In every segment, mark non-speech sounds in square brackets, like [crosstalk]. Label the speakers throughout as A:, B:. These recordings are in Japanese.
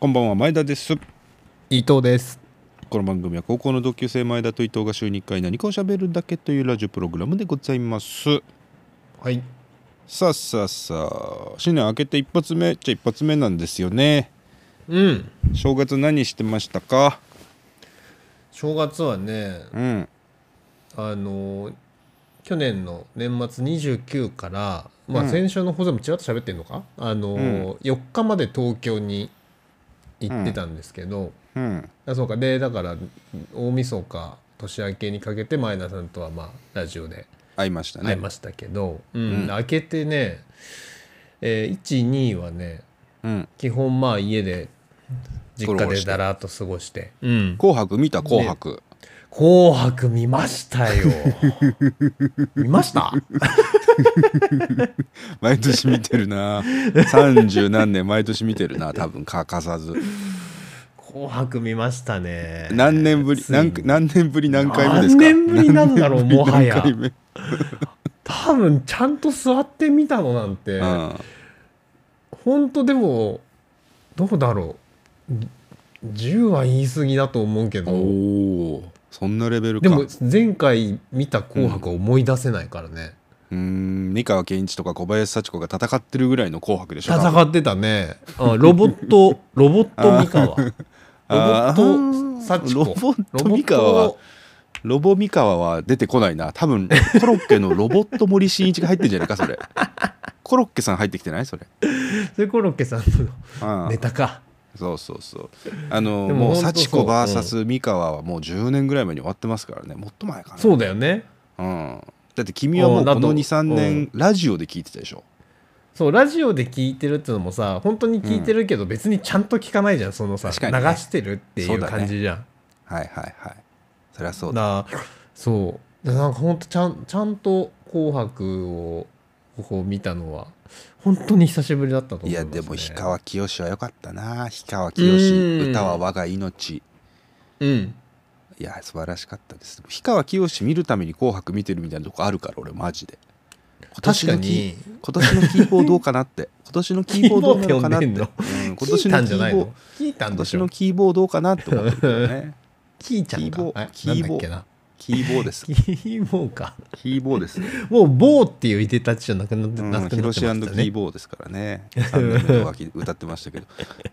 A: こんばんは前田です
B: 伊藤です
A: この番組は高校の同級生前田と伊藤が週に1回何かを喋るだけというラジオプログラムでございます
B: はい
A: さあさあさあ新年明けて一発目じゃあ一発目なんですよね
B: うん
A: 正月何してましたか
B: 正月はね
A: うん
B: あの去年の年末29から、ま
A: う
B: あ、
A: ん
B: 先週の放送でもちらっと喋ってるのか、あの4日まで東京に行ってたんですけど、
A: うん
B: あそうかでだから大晦日年明けにかけて前田さんとはまあラジオで
A: 会いましたね
B: 会いましたけど、
A: う
B: うんん、開けてね、えー、12はね
A: うん
B: 基本まあ家で実
A: ゴロ
B: 家
A: ゴロ
B: で
A: して
B: だらっと過ごして、うん、
A: 紅白見た紅白、
B: 紅白見ました
A: [laughs]
B: よ見ました
A: 毎年見てる
B: [laughs]
A: な三十何年毎年見てるな多分欠かさず
B: 紅白見ましたね
A: 何年ぶり
B: つい
A: 何
B: に
A: 何年ぶり何回目ですか
B: 何年ぶりなんだろうもはや
A: 何回目
B: 多分ちゃんと座ってみたのなんて、
A: うん
B: 本当でもどうだろう10は言い過ぎだと思うけ
A: お
B: ど
A: おそんなレベルか
B: でも前回見た「紅白」は思い出せないからね、
A: うーん三河健一とか小林幸子が戦ってるぐらいの「紅白」でしょ多分
B: 戦ってたねあロボットロボット三河ロボ
A: [laughs] あ
B: ッ
A: ー
B: ト幸子
A: ロボット三河はロボ三河は出てこないな多分コロッケのロボット森進一が入ってんじゃないかそれ
B: [laughs]
A: コロッケさん入ってきてないそれ、
B: それコロッケさん
A: う
B: の
A: ん
B: ネタか
A: そうそうそうあの
B: でも
A: もう
B: ほんと
A: 幸子
B: そう
A: VS 三河はもう10年ぐらい前に終わってますからねもっと前かな
B: そうだよね
A: うん、だって君はも
B: う
A: うん
B: だ
A: ことの23年ラジオで聞いてたでしょ
B: そうラジオで聞いてるってのもさ本当に聞いてるけど別にちゃんと聞かないじゃんそのさ、
A: 確か
B: 流
A: にね
B: してるってい
A: そう
B: う
A: だね
B: 感じじゃん
A: はいはいはいそりゃそうだ
B: だそうでなんかほんとちゃんちゃんと「紅白を」こう見たのは本当に久しぶりだったと思
A: い
B: いま
A: や
B: す、ね、
A: でも氷川きよしは良かったな氷川きよし
B: うん
A: 歌は我が命
B: うん
A: いや素晴らしかったです氷川きよし見るために「紅白」見てるみたいなとこあるから俺マジで今
B: 確
A: 年
B: か
A: のキ
B: に
A: ー今年のキーボーどうかなって今年のキーボーどうなのかなって
B: キーボーって呼
A: うん今
B: 聞
A: 年
B: いた
A: のキーボー今
B: んじゃないの聞いたんで
A: 年
B: し
A: の
B: ょ
A: キーボーどうかなって思ってるけど
B: [laughs]
A: ね
B: キーちゃん
A: キーボー
B: かえ
A: キーボー
B: なんだっけな
A: キーボーです
B: キーボーか
A: キーボーです
B: もうボーっていういでたちじゃなくなって
A: うん
B: なくなってま
A: 広
B: し
A: シ
B: た
A: アンドキー
B: ね
A: ボーですからね3年目の脇歌ってましたけど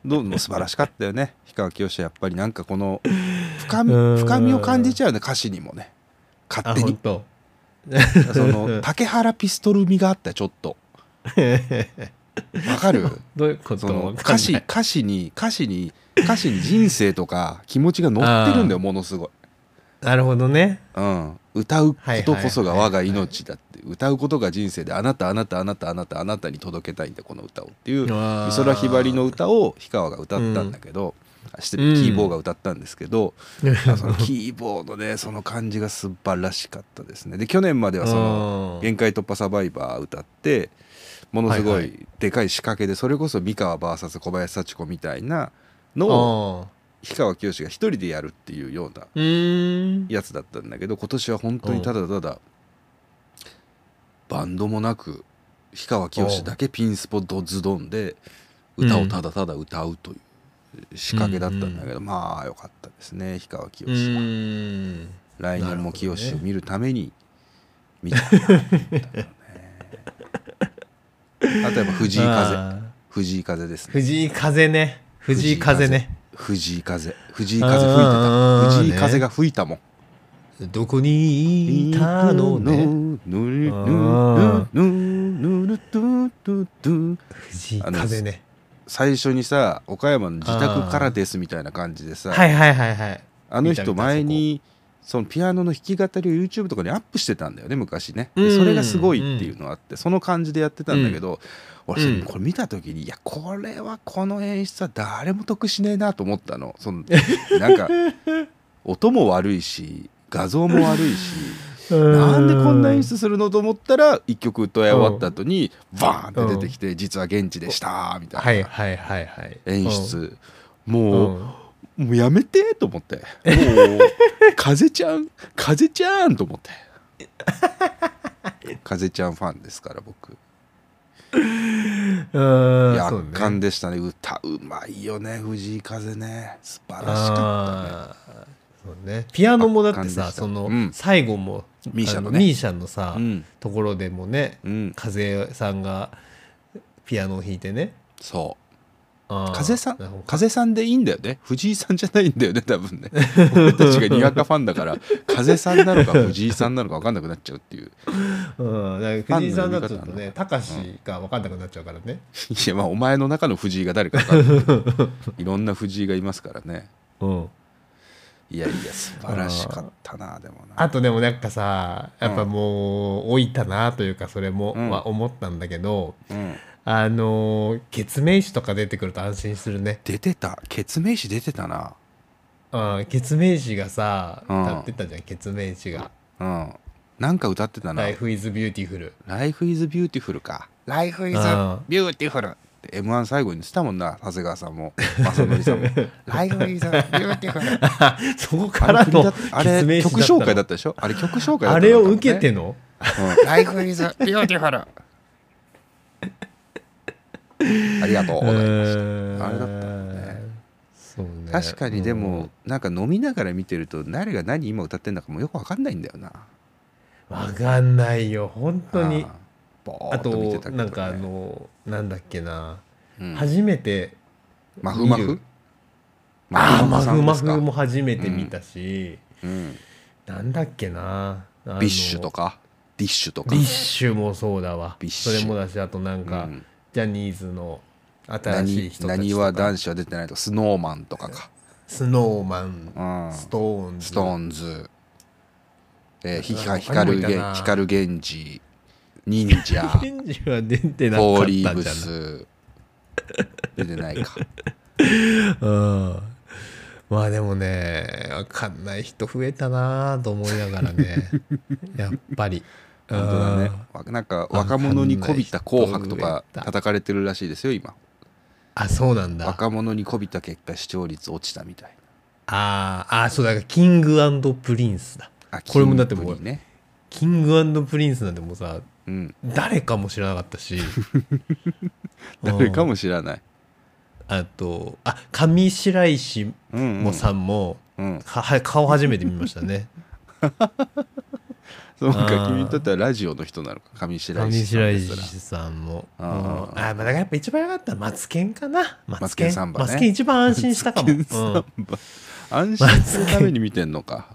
A: どうも素晴らしかったよね氷川きよしはやっぱりなんかこの深み
B: うん
A: 深みを感じちゃうね歌詞にもね
B: あ
A: 勝手
B: 本
A: に
B: 当。
A: その竹原ピストル味があったよちょっとわか
B: [laughs]
A: る
B: どういうこ
A: そ
B: と
A: の
B: わかんない
A: 歌詞歌詞に歌詞に歌詞に人生とか気持ちが乗ってるんだよものすごい、
B: なるほどね
A: うん、歌うことこそが我が命だって歌うことが人生であなたあなたあなたあなたあなたに届けたいんだこの歌をっていう
B: あー
A: 美空ひばりの歌を氷川が歌ったんだけど、あしてキ
B: うん
A: ーボーが歌ったんですけど、あ [laughs] そのキーボーのねその感じが素晴らしかったですねで去年まではその「
B: あー
A: 限界突破サバイバー」歌ってものすご
B: はいはい
A: でかい仕掛けでそれこそ三河 VS 小林幸子みたいなのを
B: ああ
A: 氷川きよしが一人でやるっていうような
B: うーん
A: やつだったんだけど今年は本当にただただバンドもなく氷川きよしだけピンスポドズドンで
B: うん
A: 歌をただただ歌うという仕掛けだったんだけど、まあ良かったですね氷川き
B: う
A: よしは、
B: ーん
A: 来年もきよしを見るために見たいなあとやっぱ藤井風
B: あー
A: 藤井風ですね
B: 藤井風ね藤井風ね
A: 藤井風藤井風吹いてた
B: あー
A: 藤井風が吹いたもん
B: どこにいたのね藤井風ね
A: 最初にさ岡山の自宅からですみたいな感じでさ
B: はいはいはいはい
A: あの人前にそのピアノの弾き語りを YouTube とかにアップしてたんだよね昔ね
B: う
A: で
B: ん
A: それがすごいっていうのがあってその感じでやってたんだけど俺
B: うん
A: そこれ見た時にいやこれはこの演出は誰も得しねえなと思ったのそ
B: [laughs]
A: のなんか音も悪いし画像も悪いしなんでこんな演出するのと思ったら一曲歌い終わった後にバーンって出てきて実は現地でしたみた
B: はいい
A: な
B: はいはいはい
A: 演出
B: うん
A: もう
B: うん
A: もうやめてと思
B: [laughs]
A: ってもう風ちゃん風ち
B: [laughs]
A: ゃんと思って風ちゃんファンですから僕
B: うん
A: 圧
B: そうね
A: 巻でしたね歌うまいよね藤井風ね素晴らしかっ
B: ああそうねピアノもだって
A: 圧巻で
B: さ
A: した
B: その
A: うん
B: 最後も
A: ミーシャのね
B: あミーシャのさ、
A: たねうん
B: ところでもね
A: うん
B: 風さんがピアノを弾いてね
A: そう
B: あー
A: 風さん
B: なるほど
A: 風さんでいいんだよね藤井さんじゃないんだよね [laughs] 多分ね俺たちがにわかファンだから風さんな
B: [laughs]
A: のか藤井さんなのか分かんなくなっちゃうっていう
B: うん、だから藤井さんだとちょっと
A: ファンの呼び方
B: ねたかしが分かんなくなっちゃうからね
A: いやまあお前の中の藤井が誰か分かんないけどいろんな藤井がいますからね
B: うん
A: いやいや素晴らしかったなでもな
B: あとでもなんかさやっぱもう老いたなというかそれも、
A: うん
B: まあ、思ったんだけど
A: うん、
B: あのー血明子とか出てくると安心するね
A: 出てた血明詞出てたな
B: うん血明子がさ
A: うん
B: 歌ってたじゃん血明子が
A: うんなんか歌って
B: 「
A: たな
B: Life is Beautiful
A: 「Life is Beautiful」か「Life is
B: うん
A: Beautiful」って m 1最後にしたもんな長谷川さんも正則
B: [laughs]
A: さんも「Life is Beautiful」」
B: [laughs] そこか
A: あ
B: ら
A: れ振りだ
B: の
A: っあれ曲紹介だ
B: っ
A: ったでしょあれ曲紹介だったた
B: あ
A: ん
B: れ
A: だ多
B: を
A: 分ね
B: 受けての
A: うん「Life is Beautiful」ありがとうございましたあれだったんだね
B: そうね
A: 確かにでも、なんか飲みながら見てると誰が何今歌ってんだかもよく分かんないんだよな
B: うんわかんないよ本当に
A: ああぼー
B: あ
A: っと見てたけど、
B: と
A: ね、
B: なんかあのなんだっけな
A: うん
B: 初めて
A: マフマフ
B: ああマ
A: さん
B: フマ
A: ですか
B: フも初めて見たし
A: うん
B: なんだっけなあの
A: ビッシュとかディッシュとか
B: ビッシュもそうだわ
A: ビッシ
B: そ
A: ュ
B: れもだしあとなんか
A: うん
B: ジャニーズの新しい
A: 何
B: 人たち
A: 何
B: と
A: は
B: か
A: 男子は出てないとかスノーマンとかか、
B: スノーマ
A: う
B: ン
A: ん、
B: ストーンズ
A: ストーンズ、えー、ひ
B: あ
A: か
B: 他に
A: 光
B: もいたな
A: 源光源氏忍者
B: ケンジは出てなか
A: ポー
B: った
A: リー
B: ん
A: ブ
B: じゃない
A: ス [laughs] 出てないか
B: うんまあでもねわかんない人増えたなと思いながら
A: [laughs]
B: ねやっぱり
A: 本当だねわなんか若者に媚びた「紅白」とか
B: わかんない人増えた
A: 叩かれてるらしいですよ今
B: あそうなんだあ
A: 若者に媚びた結果視聴率落ちたみたい
B: あーあーそうだからキングプリンスだ
A: なあ
B: これもだって
A: キンプリ
B: も
A: ね
B: キングプリンスなんてもうさ
A: うん
B: 誰かも知らなかっ
A: [laughs]
B: たし
A: 誰か
B: うん
A: も知らない
B: あとあ上白石
A: うんうん
B: もさんも、
A: うん
B: かは顔初めて見ましたね
A: そうか
B: あー
A: 君にとってはラジオの人なのか上白石
B: 上
A: さん
B: 白
A: ですら
B: 石さんも
A: あー
B: ああーまあだからやっぱ一番良かったのはマツケンかな
A: マツケンサンバね
B: マツケン一番安心したかも、
A: マツケンサンバ安心するために見てんの
B: [laughs]
A: か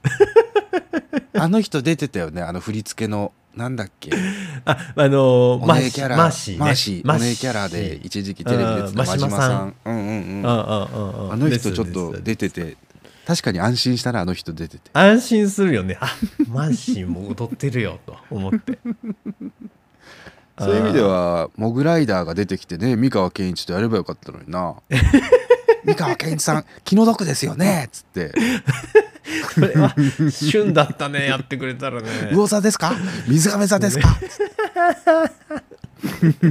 A: あの人出てたよねあの振り付けのなんだっけ
B: うんああのー、
A: お
B: マ
A: 姉
B: シ
A: キャラ
B: マーシーね
A: マーシーお姉キャラで一時期テレビで出てた
B: うん
A: 真島さんうんうん
B: う
A: うんん
B: うんうんうん
A: あの人ちょっと
B: で
A: 出てて確かに安心したらあの人出てて
B: 安心するよねあマーシーも踊ってるよと思って
A: そういう意味ではモグライダーが出てきてね三河健一とやればよかったのに [laughs] な三河健一さん気の毒ですよねっつって
B: これは旬だったねやってくれたらね
A: 魚座ですか水亀座です [laughs] か [laughs]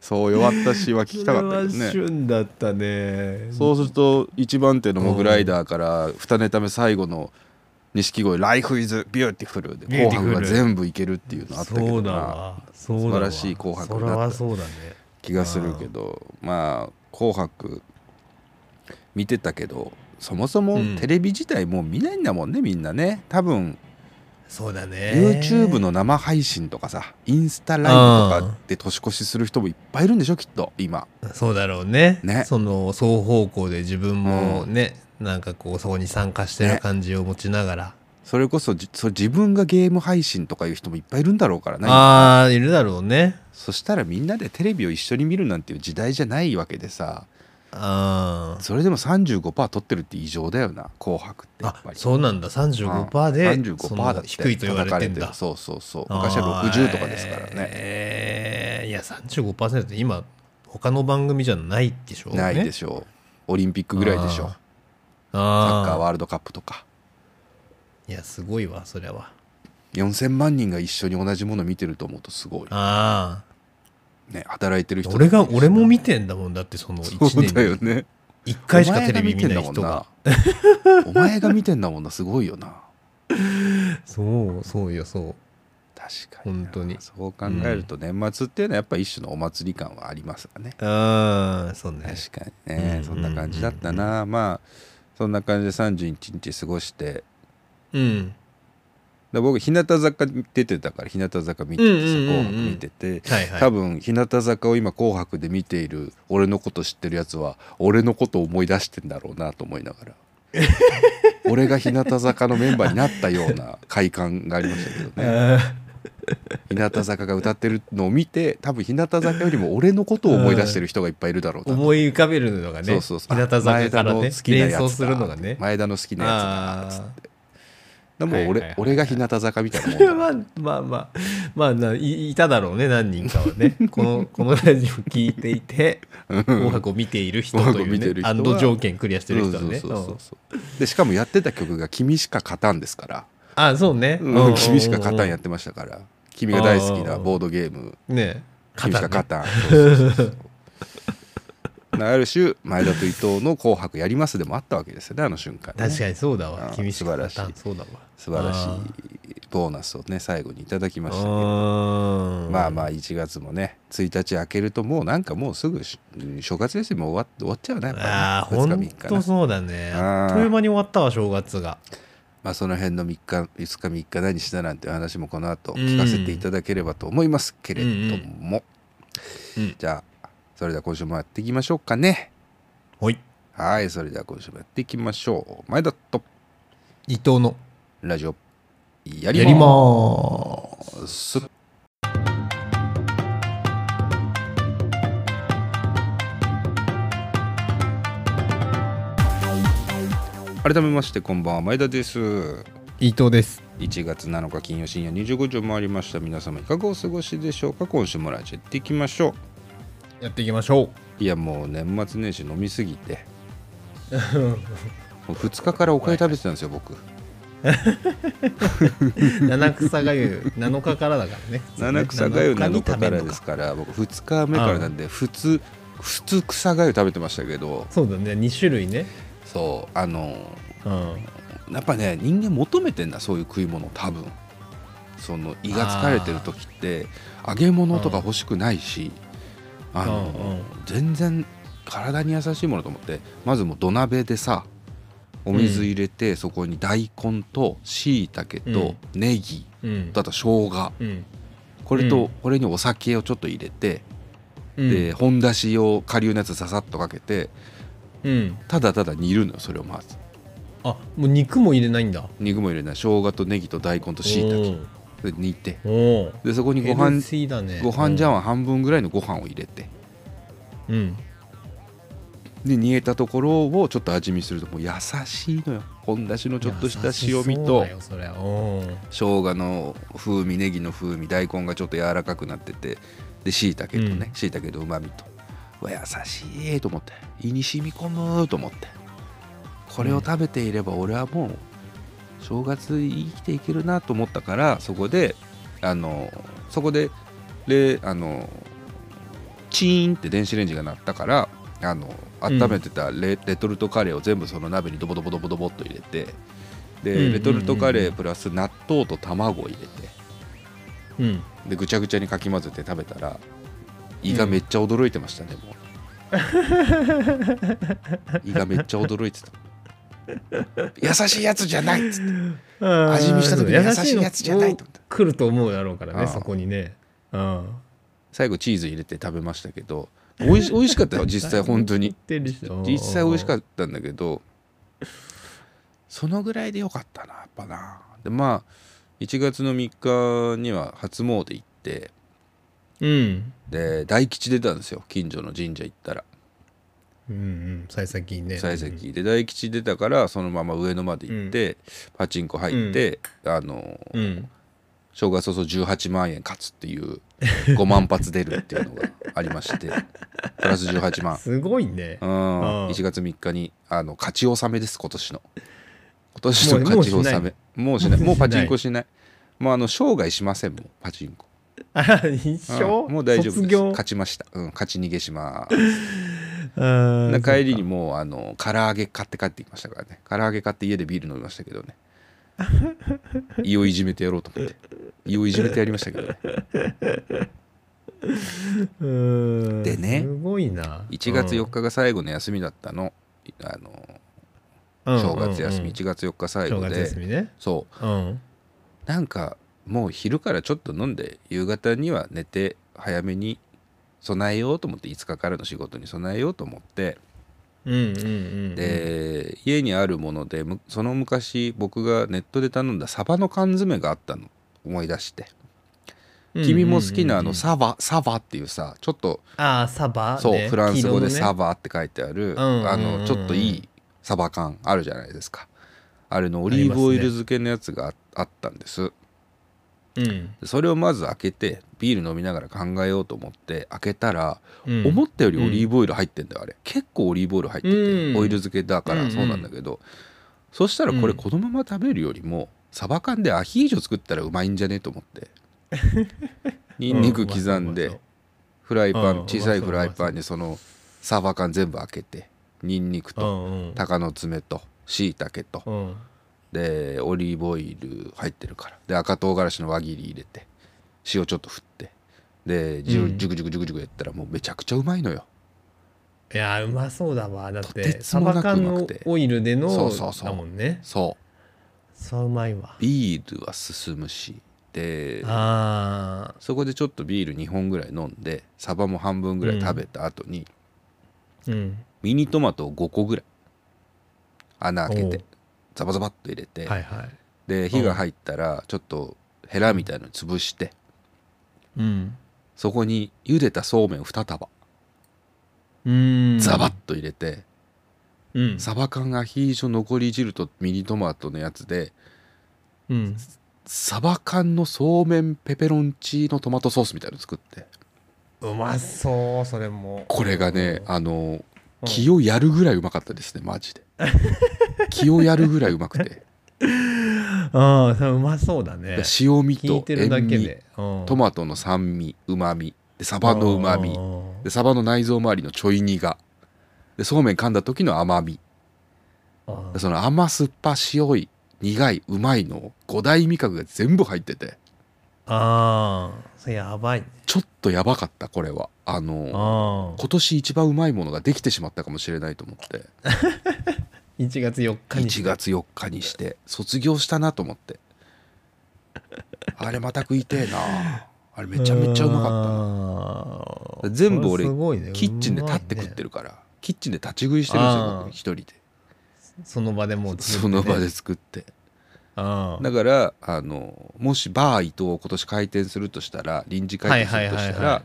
A: そう弱ったしは聞きたかったけど
B: それは
A: ね
B: 旬だったね
A: そうすると一番手のモグライダーから二ネタ目最後の錦鯉「Life is Beautiful」で紅白が全部いけるっていうのあったけ
B: そ
A: ど
B: うだ
A: な
B: わそうだわ
A: 素晴らしい紅白
B: そ
A: だ
B: れ
A: った
B: はそうだね
A: 気がするけどまあ「紅白」見てたけどそもそも
B: うん
A: テレビ自体もう見ないんだもんねみんなね多分
B: そうだね
A: YouTube の生配信とかさインスタライブと
B: う
A: か
B: ん
A: で年越しする人もいっぱいいるんでしょきっと今
B: そうだろうね
A: ね
B: その双方向で自分もね、なんかこうそこに参加して
A: ね
B: る感じを持ちながら、
A: それこそじそう自分がゲーム配信とかいう人もいっぱいいるんだろうからね
B: ああいるだろうね
A: そしたらみんなでテレビを一緒に見るなんていう時代じゃないわけでさ
B: あー
A: それでも35%取ってるって異常だよな「紅白」ってやっ
B: あ
A: ぱり。
B: そうなんだ35%で、
A: うん
B: そ
A: 35%
B: の
A: だって
B: 低いと言われてん
A: 叩か
B: だ
A: そうそうそう昔は60とかですからね
B: えーいや35%って今他の番組じゃないでしょうね
A: ないでしょう、オリンピックぐらいでしょうサッ
B: あ
A: カー
B: あ
A: ワールドカップとか
B: いやすごいわそれは
A: 4000万人が一緒に同じもの見てると思うとすごい、
B: ああ
A: ね、働いてる人
B: 俺が俺も見
A: て
B: てんだもんだってその1
A: そうだよ
B: 年
A: ね
B: に1回しかテレビ見ない人が
A: お前が見てんだもんなお前が見てんだもんなすごいよな
B: そうそうよそう
A: 確かにな
B: 本当に
A: そう考えると年末っていうのはやっぱ一種のお祭り感はありますよね、
B: うんそうね
A: 確かにね、
B: うん
A: そんな感じだったな、まあそんな感じで31日過ごして
B: うん
A: で僕日向坂出てたから日向坂見ててさ
B: うんうんうんうん
A: 紅白」見てて
B: はいはい
A: 多分日向坂を今「紅白」で見ている俺のこと知ってるやつは俺のことを思い出してんだろうなと思いなが
B: [laughs]
A: ら俺が日向坂のメンバーになったような快感がありましたけどね
B: あ
A: 日向坂が歌ってるのを見て多分日向坂よりも俺のことを思い出してる人がいっぱいいるだろう
B: ー
A: なと
B: 思い浮かべるのがね
A: そうそうそう
B: 日向坂から
A: あ前田の
B: ね
A: 好きなや
B: 連
A: つだ
B: 想するのがね
A: 前田の好きなやつだつってでもう
B: はいはい
A: 俺,、
B: はい
A: 俺が日向坂みたいなもんだな
B: まあまあまあまあないいただろうね何人かはねこのこのラジオ聞いていて紅白を見ている人と
A: 紅白見
B: い
A: て
B: う
A: る
B: ね
A: 人は
B: アンド条件クリアしてる人はね
A: そうそうそううんそうでしかもやってた曲が「君しか勝たん」ですから
B: あそうね
A: 「うん君しか勝たん」やってましたから君が大好きなボードゲーム
B: ね
A: 「君しか
B: ね
A: 勝たん」そうそう
B: [laughs]
A: そうそうある種前田と伊藤の「紅白やります」でもあったわけですよねあの瞬間ね
B: 確かにそうだ
A: う
B: わ
A: ん
B: 君しか勝たんそうだわ
A: 素晴らし
B: あ
A: いボーナスをね最後にいただきましたけど
B: ーうん
A: まあまあ1月もね1日明けるともうなんかもうすぐしうん正月休みも終わ終わっちゃうねやっぱりね
B: ああ
A: 2日
B: 本
A: 3日
B: 当
A: な
B: そうだね
A: うん
B: あっという間に終わったわ正月が
A: まあその辺の3日5日3日何したなんていう話もこの後聞かせていただければと思いますけれども、
B: うんうんうん
A: じゃあそれでは今週もやっていきましょうかね
B: はい
A: はいそれでは今週もやっていきましょう前田と
B: 伊藤の
A: ラジオや
B: や
A: り
B: り
A: ま
B: ます
A: す改めましてこんばんは前田です
B: 伊藤です
A: 1月7日金曜深夜25時を回りました皆様いかがお過ごしでしょうか今週もラジオやっていきましょ
B: やっていきましょう [laughs]
A: ういやもう年末年始飲みすぎてもう2日からおかゆ食べてたんですよ僕
B: 七草がゆ7日からだからね
A: 七草がゆ7日からで
B: です
A: すから僕2日目からなんで普通普通草がゆ食べてましたけど
B: そうだね2種類ね
A: そうあの
B: うん
A: やっぱね人間求めてんだそういう食い物を多分その胃が疲れてる時って揚げ物とか欲しくないし、あの
B: うんうん
A: 全然体に優しいものと思ってまずもう土鍋でさお水入れて、そこに大根としいたけとネギ、
B: うん
A: あと生姜
B: うん
A: これと、
B: うん
A: これにお酒をちょっと入れて、
B: うん
A: で本だしを顆粒のやつささっとかけて
B: うん
A: ただただ煮るのよそれをまず
B: あもう肉も入れないんだ
A: 肉も入れない生姜とネギと大根としいたけで煮て
B: おーおー
A: でそこにご
B: ヘル
A: 飯
B: シーだね
A: ご飯茶碗半分ぐらいのご飯を入れて
B: うん
A: で煮えたところをちょっと味見するともう優しいのよ本だしのちょっとした塩味と
B: 優しそうだよそれおー
A: 生姜の風味ネギの風味大根がちょっと柔らかくなっててでしいたけとね
B: うん
A: しいたけのうまみとうわ優しいと思って胃に染み込むと思ってこれを食べていれば俺はもう正月生きていけるなと思ったからそこであのそこでであのチーンって電子レンジが鳴ったからあの温めてたレ,、レトルトカレーを全部その鍋にドボドボドボドボっと入れてで、
B: うんうんうんうん
A: レトルトカレープラス納豆と卵を入れて
B: うん
A: でぐちゃぐちゃにかき混ぜて食べたら胃がめっちゃ驚いてましたね、
B: [laughs]
A: もう胃がめっちゃ驚いてた優しいやつじゃないっつって味見した時に優しいやつじゃないと思った
B: 来ると思うだろうから
A: あー
B: ねそこにねうん
A: 最後チーズ入れて食べましたけどおいし美味しかったよ実際本当に実際美味しか
B: っ
A: ったんだけどそのぐらいでよかったなやっぱなでまあ1月の3日には初詣行って
B: たうん
A: で大吉出たんですよ近所の神社行ったら
B: うんうん幸先いいね
A: 幸先で大吉出たからそのまま上野まで行って、パチンコ入って、あの
B: うん
A: 正月早々18万円勝つっていう5万発出るっていうのがありま [laughs] してプラス18万
B: すごいね
A: う
B: うん
A: ん、1月3日にあの勝ち納めです今年の今年の
B: もう
A: 勝ち納めもうしないも
B: も
A: う
B: うしな
A: パ
B: い
A: チンコしないもうあの生涯しませんもんパチンコ、
B: あ一
A: う
B: 緒
A: んもう大丈夫
B: 卒
A: です
B: 業
A: 勝ちました、うん、勝ち逃げしま
B: あ
A: す
B: ー [laughs]
A: で帰りにもうあの唐揚げ買って帰ってきましたからね唐揚げ買って家でビール飲みましたけどね胃をいじめてやろうと思って胃をいじめてやりましたけどね
B: うん
A: でね
B: すごいな
A: 1月4日が最後の休みだったのあの正月休み
B: 中
A: 1月4日最
B: 正
A: 後
B: 月
A: で
B: 休みね
A: そ
B: うん
A: うなんかもう昼からちょっと飲んで夕方には寝て早めに備えようと思って5日からの仕事に備えようと思って
B: うんうんうん
A: で家にあるものでむその昔僕がネットで頼んだサバの缶詰があったの思い出して
B: うん
A: 君も好きなあ
B: うん
A: の
B: うんうん
A: サバサバっていうさちょっと
B: ああサバ
A: そう
B: ね
A: フランス語で
B: 黄色のね
A: サバって書いてある
B: うんうんうんうん
A: あのちょっといいサバ缶あるじゃないですかあれのオリーブオイル漬けのやつがああったんです
B: うん
A: でそれをまず開けてビール飲みながら考えようと思って開けたら
B: うん
A: 思ったよりオリーブオイル入ってんだよあれ結構オリーブオイル入ってて
B: うん
A: オイル漬けだからそうなんだけどそしたらこれこのまま食べるよりもサバ缶でアヒージョ作ったらうまいんじゃねと思って
B: [laughs]
A: ニンニク刻んでフライパ
B: うん
A: ン小さいフライパ
B: う
A: ンにそのサバ缶全部開けてニンニク
B: うん
A: と
B: うん
A: 鷹の爪と椎茸と
B: うん
A: でオリーブオイル入ってるからで赤唐辛子の輪切り入れて塩ちょっと振ってでジ
B: うん
A: ュジュクジュクジュクジュクやったらもうめちゃくちゃうまいのよ
B: いやーうまそうだわだっ
A: とて
B: て
A: つ
B: サ
A: も
B: バ
A: なくう
B: 缶
A: ま
B: の
A: くて
B: オイルでの
A: そうそうそう
B: だもんね
A: そう
B: そううまいわ
A: ビールは進むしで
B: あ
A: そこでちょっとビール2本ぐらい飲んでサバも半分ぐらい食べた後に、
B: ーうん
A: ミニトマトを5個ぐらい穴開け
B: おう
A: てザバザバっと入れて、
B: はいはい
A: で火が入ったらちょっとヘラみたいのに潰して
B: うん
A: そこに茹でたそうめん2束
B: うん
A: ザバッと入れて、
B: うん
A: サバ缶アヒージョ残り汁とミニトマトのやつで
B: うん
A: サバ缶のそうめんペペロンチーノトマトソースみたいの作って
B: うまそうそれも
A: これがねあの
B: うん
A: 気をやるぐらいうまかったですねマ
B: [laughs]
A: ジで気をやるぐらいうまくて
B: ああうまそうだね
A: 塩味
B: 聞い
A: と
B: てるだ
A: 塩
B: け
A: 味
B: でト
A: トマトの酸味うまみでサバのうまみでサバの内臓周りのちょい苦でそうめん噛んだ時の甘みでその甘酸っぱ塩い苦いうまいの五大味覚が全部入ってて
B: ああそれやばいね
A: ちょっとやばかったこれはあの
B: ああ
A: 今年一番うまいものができてしまったかもしれないと思って
B: 1月4日に
A: 1月4日にして卒業したなと思 [laughs] ってあれまた食いてえなあれめちゃめちゃうまかっっ
B: か
A: た全部俺
B: すごいね
A: たキッチンで立って食って
B: る
A: るから、キッチンで立ち食いしてるんです
B: あ
A: よ
B: ー
A: 僕一人で
B: その場でもうずっ
A: そ
B: とね
A: の場で作って
B: ああ
A: だからあのもしバー伊藤を今年開店するとしたら臨時開店すると
B: はい
A: し
B: は
A: た
B: いはいはい
A: ら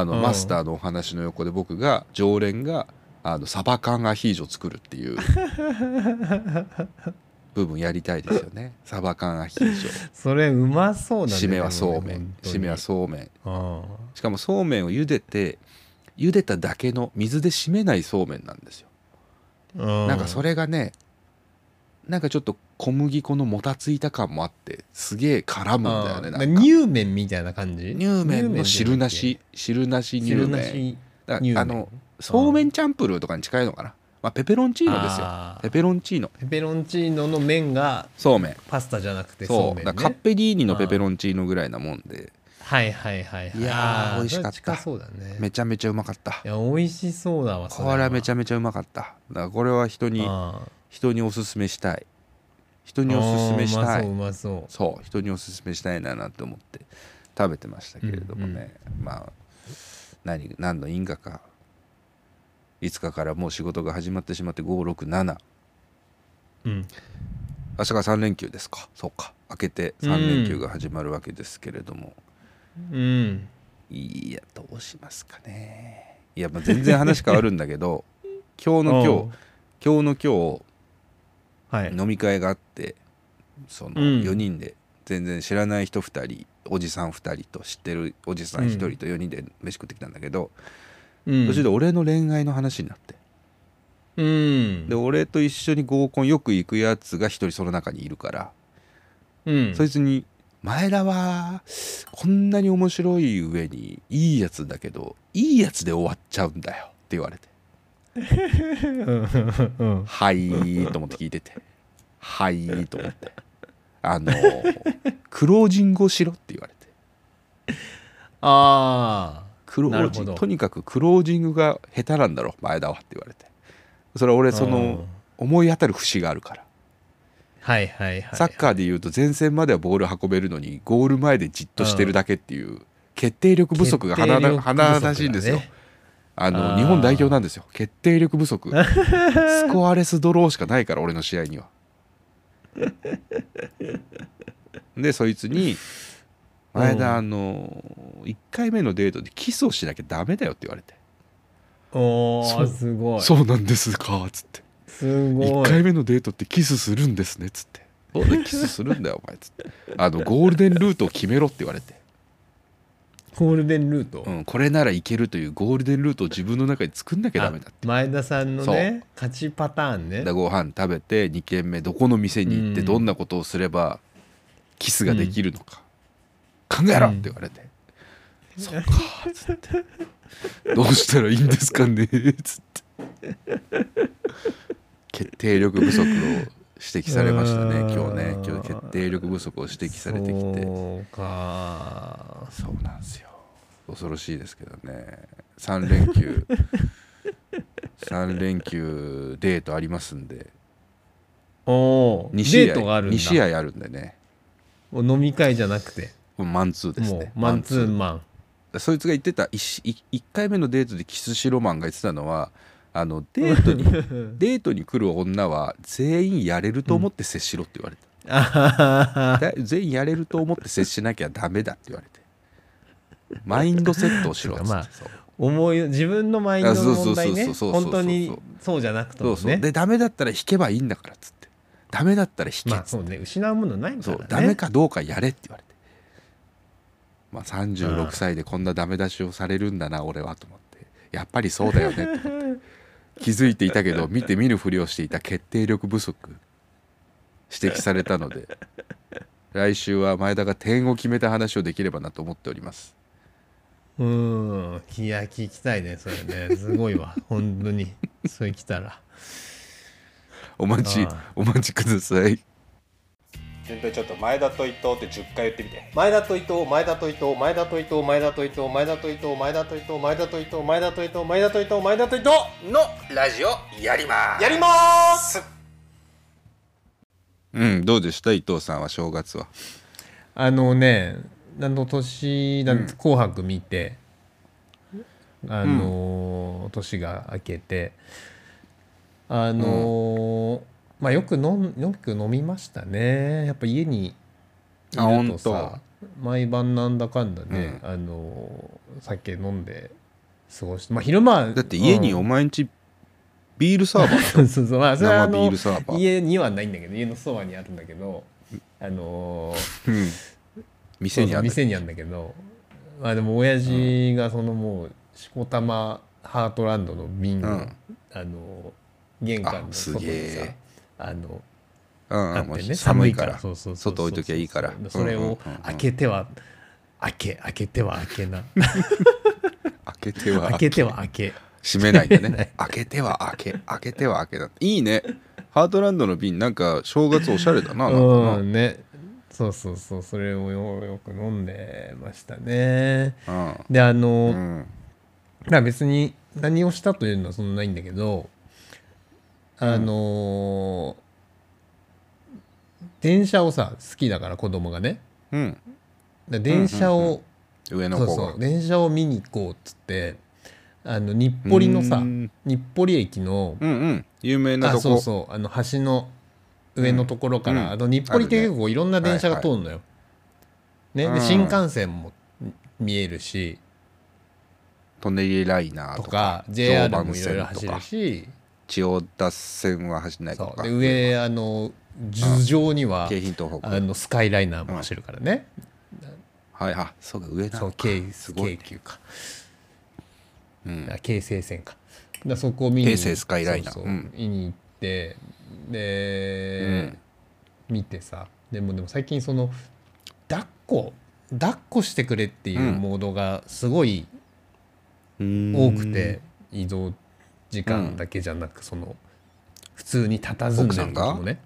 A: あの
B: うん
A: マスターのお話の横で僕が常連があのサバ缶アヒージョ作るって
B: [laughs]
A: いう部分やりたいですよねサバ缶アヒージョ
B: それうまそうだね
A: 締めはそうめ
B: でも
A: ん
B: ね
A: 締めはそうめん
B: 本
A: しかもそうめんを茹でて茹でただけの水で締めないそうめんなんですよ
B: 当にうん
A: なんかそ
B: れ
A: れがねなんかちょっと小麦粉のもたついた感もあってすげえ絡むんだよねなんか
B: 乳麺みたいな感じ
A: 乳麺の汁なし汁なし乳
B: 汁
A: 麺
B: なし
A: だか
B: 乳
A: ら
B: 麺
A: あのそうめんチャンプルーとかに近いのかな、まあ、ペペロンチーノですよ
B: あー
A: ペペロンチーノ
B: ペペロンチーノの麺が
A: そうめん
B: パスタじゃなくて
A: そ
B: そううめん、ね、
A: だからカッペリーニのペペロンチーノぐらいなもんで
B: はいはいはいはい
A: いやー
B: あ
A: 美味しかった
B: それ近そうだね
A: めちゃめちゃうまかった
B: いや美味しそうだわ
A: これはめち
B: ゃ
A: ゃめちゃうまかっただからこれは人に
B: あー
A: 人におすすめしたい人におすすめした
B: あーう
A: い
B: まそううまそ
A: そう人におすすめしたいななんて思って食べてましたけれどもね、まあ何何の因果か5日からもう仕事が始まってしまって567
B: ううん
A: 明日が3連休ですかそうか明けて3連休が始まるわけですけれども、
B: うん
A: いやどうしますかねいやまあ全然話変わるんだけど今日の今日今日の今日
B: 日はい
A: 飲み会があってその
B: うん
A: 4人で全然知らない人2人おじさん2人と知ってるおじさん1人と4人で飯食ってきたんだけど、
B: うん
A: 途中で俺の恋愛の話になって
B: うん
A: で俺と一緒に合コンよく行くやつが1人その中にいるから、
B: うん
A: そいつに「前田はこんなに面白い上にいいやつだけどいいやつで終わっちゃうんだよ」って言われて
B: うんうんう
A: 「
B: ん
A: はい」と思って聞いてて「はい」と思ってあのクロージングをしろって言われて
B: あ
A: クロ
B: なる
A: ージ
B: ほ
A: ング
B: ど
A: とにかくクロージングが下手なんだろ前田はって言われてそれは俺
B: あ
A: その思い当たる節があるから、
B: はいはいはい
A: サッカーでいうと前線まではボール運べるのにゴール前でじっとしてるだけっていう決定力不足が
B: 決定力不足だね
A: 華々しいんですよ。あの
B: あー
A: 日本代表なんですよ決定力不足スコアレスドローしかないから俺の試合には。でそいつに「
B: うん
A: 前田あの1回目のデートでキスをしなきゃダメだよ」って言われて
B: お
A: そ
B: お
A: う
B: す
A: 「
B: ごい
A: そうなんですか」っつって
B: す
A: 1
B: ごい
A: 回目のデートってキスするんですねっつって「そうだよキスするんだよお前」っつってあの「ゴールデンルートを決めろ」って言われて、
B: ゴールデンルート、
A: うん、これならいけるというゴールデンルートを自分の中に作んなきゃダメだ
B: あ前田さんのね勝ちパターンね
A: だご飯食べて2軒目どこの店に行って
B: うん
A: どんなことをすればキスができるのか、考えろっ
B: うん
A: て言われて、そっかーっつってどうしたらいいんですかねーっつって決定力不足を指摘されましたね
B: うーん
A: 今日ね今日決定力不足を指摘されてきて
B: そうか
A: そうなんですよ恐ろしいですけどね3連休3連休デートありますんで
B: おお
A: 2試合
B: デートがあるんだ
A: 2試合あるんでね
B: もう飲み会じゃなくて
A: もうマンツーです
B: もう
A: ね
B: マンツーマン
A: そいつが言ってた 1, 回目のデートでキスシロマンが言ってたのはあのデート
B: [laughs]
A: にデートに来る女は全員やれると思って接しろって言われた、
B: あははは
A: だ全員やれると思って接しなきゃダメだって言われてマインドセットをしろっつって、
B: まあ
A: そう
B: [laughs] 思い自分のマインドの問題
A: あそ
B: ね
A: うそうそうそうそうそう
B: 本当にそうじゃなくて
A: そ
B: も
A: うそう
B: ね
A: でダメだったら引けばいいんだからっつってダメだったら引け
B: ま
A: っ
B: あ
A: つって、
B: そうね失うものないか
A: そ
B: ら
A: う
B: ね
A: ダメかどうかやれって言われてまあ
B: う
A: 36
B: ん
A: 歳でこんなダメ出しをされるんだな俺はと思ってやっぱりそうだよね
B: [laughs]
A: って思って気づいていたけど見て見ぬふりをしていた決定力不足指摘されたので来週は前田が点を決めた話をできればなと思っております
B: うーんいや聞きたいねそれねすごい
C: [laughs]
B: わ本当にそれ来たら
A: お待ち
B: ああ
A: お待ちください
D: 順平ちょっと前田と伊藤って10回言ってみて
C: 前田と伊藤前田と伊藤前田と伊藤前田と伊藤前田と伊藤前田と伊藤前田と伊藤前田と伊藤前田と伊藤前田と伊藤
D: のラジオやります
C: やりまーす
A: うんどうでした伊藤さんは正月は
B: あのねあの年だ、紅白見てあのー年が明けてあのーまあよく飲んよく飲みましたねやっぱ家にい
A: あ
B: ると
A: ほん
B: さ毎晩なんだかんだね、あのー酒飲んで過ごしてまあ昼間は
A: だって家に
B: うん
A: お前んちビールサーバーだよ
B: [laughs] そうそうそうまあそれはあ
A: 生ビー
B: の
A: ルサーバー、
B: 家にはないんだけど家のそばにあるんだけどあのー
A: うん、店にあ
B: そうそ
A: る
B: う店にあるんだけどまあでも親父がそのもうしこたまハートランドの瓶を、
A: うん
B: あの玄関の
A: あすげ
B: 外に
A: え
B: さあの
A: うん
B: あ
A: う
B: っ
A: んも
B: て
A: う
B: ね
A: 寒いから
B: そうそうそう
A: 外置いときゃいいから
B: そうそうそれ
A: うんうんうん
B: を
A: うん
B: 開けては開け開けては開
A: [laughs]
B: けな
A: 開けては
B: 開けては開け
A: 閉めないんだ
B: 閉めな
A: ね開けては開け開けては開けだいいねハートランドの瓶なんか正月おしゃれだななんか
B: うんねそうそうそうそれをよよく飲んでましたね
A: な
B: であ
A: う
B: の、
A: んうん
B: まあ別に何をしたというのはそんなないんだけどあのー電車をさ好きだから子供がね
A: うん
B: だ電車を、
A: 上の
B: そう
A: 子
B: そ
A: が
B: う電車を見に行こうっつってあの日暮里の
A: う
B: さ
A: ん
B: 日暮里駅の
A: うんうん有名な
B: あ
A: と
B: そう
A: こ
B: そうあの橋の上のところから、
A: うん
B: あの日暮里って結構いろんな電車が通るのよ。ね
A: うん
B: で新幹線も見えるし、
A: トンネルライナー
B: と
A: とか
B: か JR もいろいろ
A: 常磐
B: 走
A: 線とか
B: るし
A: 千代田線は走んないと
B: そう
A: か
B: で上あの頭上には
A: 京浜東
B: あ
A: 北
B: のスカイライナーも走るからね、
A: はいあそうか上な
B: そ
A: の
B: う
A: か
B: 京
A: すごい
B: 京急か、
A: うん
B: あ京成線かだそこを見に
A: 京成スカイライナー
B: そうそう
A: うん
B: 見に行ってで、
A: うん
B: 見てさでもでも最近その抱っこ抱っこしてくれっていううんモードがすごい多
A: 多
B: くて、移動時間だけじゃなくその普通に佇んでる時もね、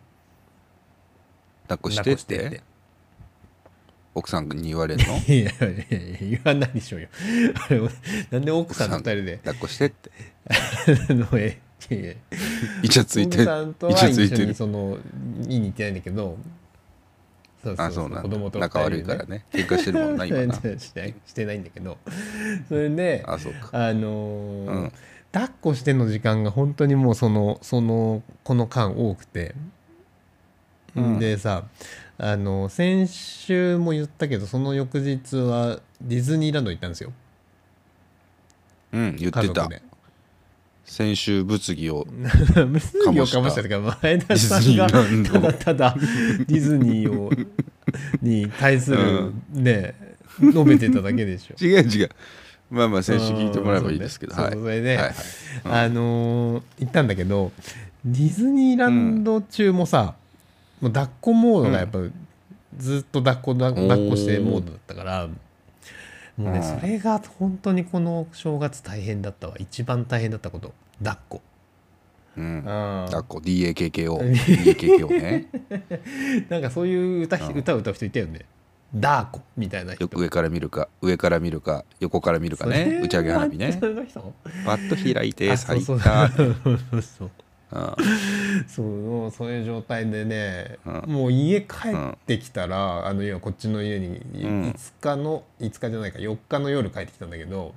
A: 抱っこしてっ
B: 抱っこ
A: て奥さんに言われるの
B: いやいやいや言わないでしょうよあれなんで奥さんと二人で
A: 抱っこしてって
B: あのえいやいや
A: イチャついてる
B: 奥さんと
A: イ
B: は
A: チャつい
B: 一緒
A: て
B: に
A: る
B: その見に行ってないんだけどそう
A: あそうな
B: 子供
A: ん
B: と
A: だ
B: 二人
A: 仲悪いからね喧嘩してるもんな今な
B: [laughs] してしてないんだけどそれであ
A: あそうか
B: のー
A: うん
B: 抱っこしての時間が本当にもうそのそのこの間多くて、
A: うん
B: でさあの先週も言ったけどその翌日はディズニーランド行ったんですよ
A: うん言っ
B: 家
A: て
B: 族
A: た
B: で。
A: 先週物議
B: [laughs]
A: を
B: 結びをかましたとか前田さん
A: デ
B: が
A: ィズニーラ
B: た
A: ンド
B: だただディズニーをに対するね、述べてただけでしょ。
A: [laughs] 違う違うまあまあ先週聞いてもらえばいいですけど
B: そう
A: は
B: ね
A: い
B: そうそれで、
A: はいはい
B: あのー行ったんだけどディズニーランド中もさ、もう抱っこモードがやっぱ、ずっと抱っこだ抱っこしてモードだったからもう
A: う
B: ね、
A: ん
B: それが本当にこの正月大変だったわ一番大変だったこと抱っこ。
A: うん
B: あ
A: 抱っこ
B: [laughs]
A: DAKKODAKKO ね
B: なんかそういう歌ひ
A: うん
B: 歌を歌う人いたよね。ダーコみたいな人
A: よ。く上から見るか上から見るか横から見るかね打ち上げ花火ね
B: [laughs] それの人
A: パッと開いて
B: あそ
A: 咲
B: う
A: い
B: そう
A: た
B: そう [laughs] そう
A: うん
B: そうそういう状態でね、
A: うん
B: もう家帰ってきたら、あの要はこっちの家に
A: ん
B: 5日の、5日じゃないか4日の夜帰ってきたんだけど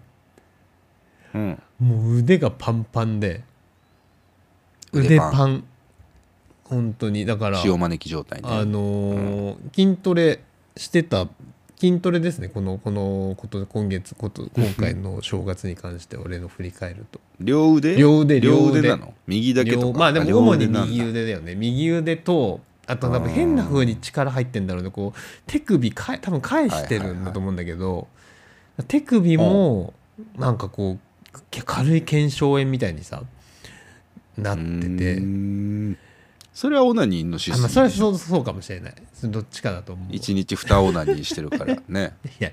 A: うん
B: もう腕がパンパンで腕
A: 腕
B: パン
A: パ
B: 本当にだから
A: 塩招き状態
B: あ
A: ね
B: のー筋トレしてた筋トレですねこのこのこと今月こと今回の正月に関して俺の振り返ると
A: 両腕
B: 両腕
A: 両
B: 両腕
A: 腕なの右だけと
B: 両
A: か
B: まあで
A: あ
B: も
A: 両
B: 主に
A: 腕なんだ
B: 右腕だよね右腕とあと多分変な風に力入ってんだろうねこう手首かえ多分返してるんだと思うんだけど、手首もなんかこうけ軽い腱鞘炎みたいにさなってて
A: うーんそれはオナニーのシ
B: あ、まあ、それは
A: ステム
B: そうそうかもしれないどっちかだと思う
A: 一日二オナニーしてる
B: [laughs]
A: からね
B: いや、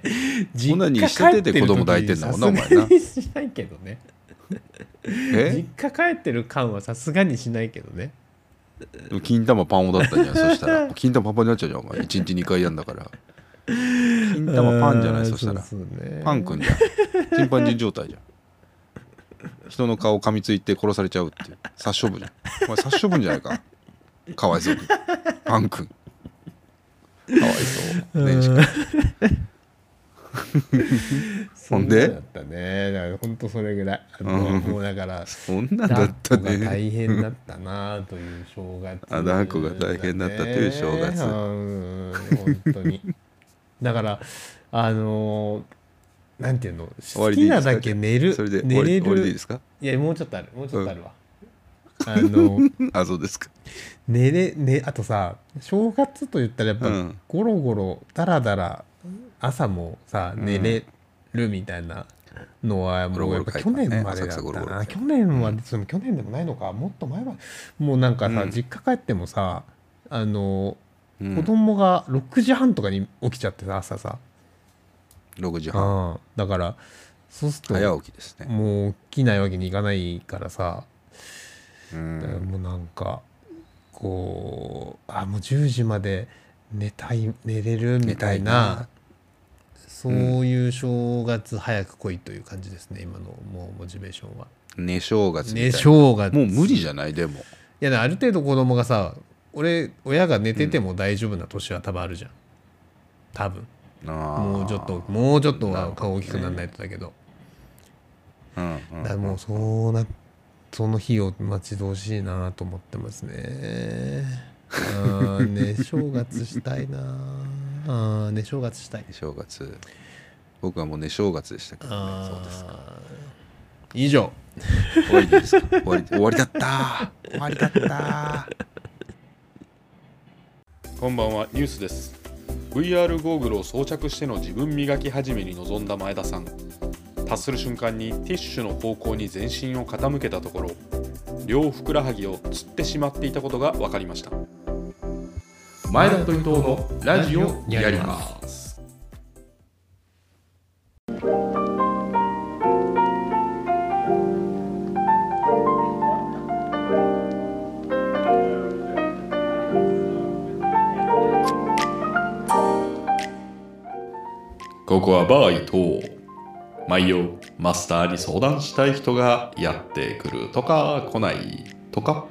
B: 実
A: ナニ
B: 家
A: ーして
B: 帰
A: て
B: ってる
A: 子
B: 時
A: 供抱いてんだもんな
B: さすが
A: お前な
B: にしないけどね。実
A: え
B: 家帰ってる感はさすがにしないけどね。
A: でも金玉パンオだったじゃんそしたら
B: [laughs]
A: 金玉パンパンになっちゃうじゃんお前一日二回やんだから金玉パンじゃな
B: う
A: い
B: ーん
A: そしたら
B: うそうね
A: パンくんじゃんチンパンジー状態じゃん人の顔噛みついて殺されちゃうっていう殺処分じゃんお前殺処分じゃないかかわいそうにパンくんかわいそうねしか
B: そ
A: ほん
B: な
A: で
B: だったね。だから本当それぐらい。あの
A: うん
B: もうだから。
A: そんなんだった
B: 抱っこが
A: ね
B: 大変だったなという正月、
A: あ抱っこが大変だったという正月
B: うん本当にだからあのーなんていうの
A: 終
B: 好
A: わりで
B: き
A: いいで
B: な
A: すか
B: だけ寝る
A: それで終
B: 寝
A: わり
B: れ
A: 終わりでいい
B: る
A: ですか
B: いやもうちょっとあるもうちょっとあるわ、あ
A: [laughs]
B: の
A: あそうですか
B: 寝れ、ね、あとさ正月と言ったらやっぱ、
A: うん
B: ゴロゴロダラダラ朝もさ寝れるみたいなのはもうやっぱ去年までだっ
A: ゴ
B: た
A: ロゴロ帰ったね浅草ゴロゴロ帰
B: な
A: っ
B: 去年はその去年でもないのかもっと前はもうなんかさ、
A: うん
B: 実家帰ってもさあの
A: うん
B: 子供が6時半とかに起きちゃってさ朝さ、
A: 6時
B: う
A: 半
B: ん、だからそうする
A: 早
B: と
A: 起きですね
B: もう起きないわけにいかないからさ
A: う
B: だから
A: ん
B: もうなんかこうあもう10時まで寝たい寝れるみたいなそういう正月早く来いという感じですね、今のもうモチベーションは。
A: 寝正月みたい
B: ね
A: な
B: 正月
A: もう無理
B: い
A: じゃないでも
B: やだからある程度子供がさ俺親が寝てても大丈夫な年は多分あるじゃん多分も
A: も
B: うちょっともうちょっとは顔大きくならないとだけど
A: うんう
B: だ
A: ん
B: からもうそうなその日を待ち遠しいなと思ってますねあーね正月したいなあーね正月したい
A: 寝正月僕はもう寝正月でしたからね
B: あ
A: そうです
B: あ以上
A: 終わりでいいですか終わり終わりだった終わりだった
D: こんばんはニュースです VR ゴーグルを装着しての自分磨き始めに臨んだ前田さん達する瞬間にティッシュの方向に全身を傾けたところ両ふくらはぎをつってしまっていたことが分かりました前田と伊藤のラジオやります
E: 「
D: ここはバー伊藤毎夜マスターに相談したい人がやってくるとか来ないとか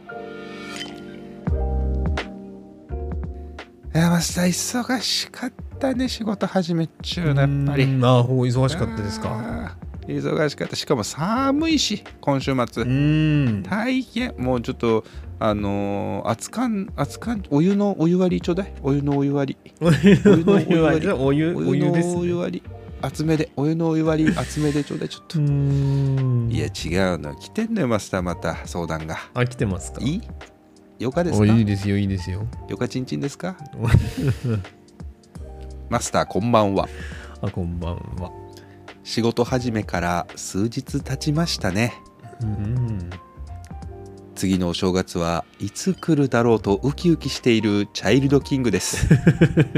A: 山下忙しかったね仕事始めっちゅうのやっぱり
B: ああほう忙しかったですか
A: あー忙しかったしかも寒いし今週末
B: うん
A: 大変もうちょっとあのー、熱燗熱燗お湯のお湯割りちょうだいお湯のお湯割り
B: お湯のお湯
A: お
B: は
A: 湯
B: [laughs] お湯
A: お
B: お
A: 湯
B: 湯
A: の
B: です
A: お湯
B: ね
A: 割り厚めでお湯のお湯割り厚めでちょうだいちょっと
B: うーん
A: いや違うの来てんのよマスターまた相談が
B: 飽きてますか
A: いいよかです
B: お
A: か
B: いいですよいいですよ
A: よかちんちんですか [laughs] マスターこんばんは
B: あこんばんは
A: 仕事始めから数日経ちましたね
B: うん
A: 次のお正月はいつ来るだろうとウキウキしているチャイルドキングです
B: [laughs]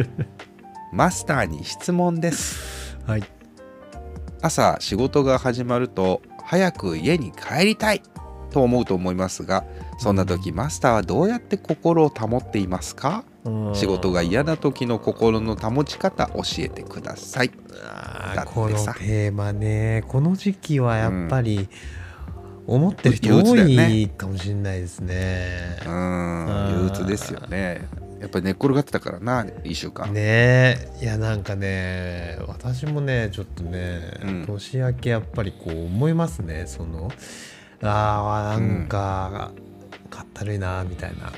A: マスターに質問です
B: はい
A: 朝仕事が始まると早く家に帰りたいと思うと思いますがそんな時マスターはどうやって心を保っていますか仕事が嫌な時の心の保ち方教えてくださいだってさ
B: あーこのテーマねこの時期はやっぱり思ってる人
A: 憂鬱
B: 多
A: だよね
B: いかもしれないですね
A: う。ん憂鬱ですよねやっぱり寝っ転がってたからな1週間、
B: ねえいやなんかね私もねちょっとね、
A: うん
B: 年明けやっぱりこう思いますねそのああなんか、かったるいなみたいな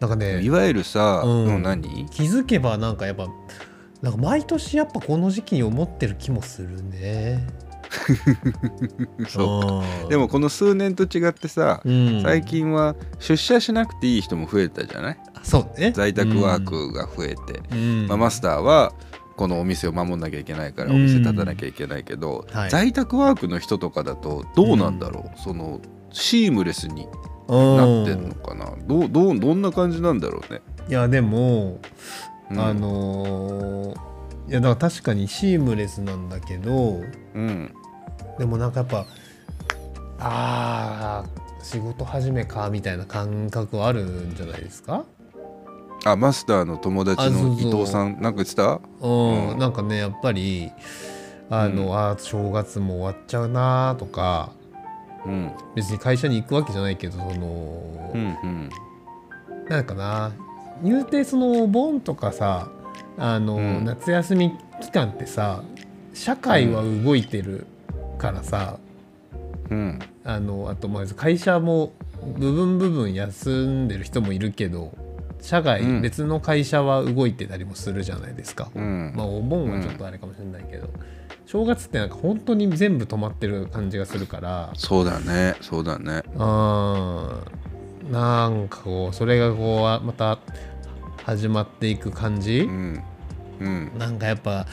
B: なんか
A: い
B: ね
A: わゆるさ、
B: うん
A: うん、何
B: 気づけばなんかやっぱなんか毎年やっぱこの時期に思ってる気もするねそう
A: でもこの数年と違ってさ、
B: うん
A: 最近は出社しなくていい人も増えたじゃない
B: あそうね
A: 在宅ワー、クが増えて、
B: うん
A: まあ、マスターはこのお店を守んなきゃいけないから
B: う
A: お
B: ん
A: 店立たなきゃいけないけど、
B: はい
A: 在宅ワークの人とかだとどうなんだろう、そのシームレスになってんのかな、どうどうどんな感じなんだろうね。
B: いやでも、
A: うん
B: あのーいやだから確かにシームレスなんだけど
A: うん
B: でもなんかやっぱあー仕事始めかみたいな感覚はあるんじゃないですか
A: あマスターの友達
B: あそ
A: の
B: う
A: 伊
B: そう
A: 藤さんなんか言ってた
B: うん、
A: うん
B: なんかねやっぱりあの、
A: う
B: あー正月も終わっちゃうなーとか
A: うん
B: 別に会社に行くわけじゃないけどその、
A: うんうん
B: なんかな言うてそのお盆とかさあの、
A: うん
B: 夏休み期間ってさ社会は動いてるからさ、
A: うん
B: あのあとまあ会社も部分部分休んでる人もいるけど社外、
A: うん
B: 別の会社は動いてたりもするじゃないですか、
A: うん
B: まあお盆はちょっとあれかもしれないけど、正月ってなんか本当に全部止まってる感じがするから
A: そうだねそうだね
B: うんなんかこうそれがこうあまた始まっていく感じ
A: う、んうん
B: なんかやっぱ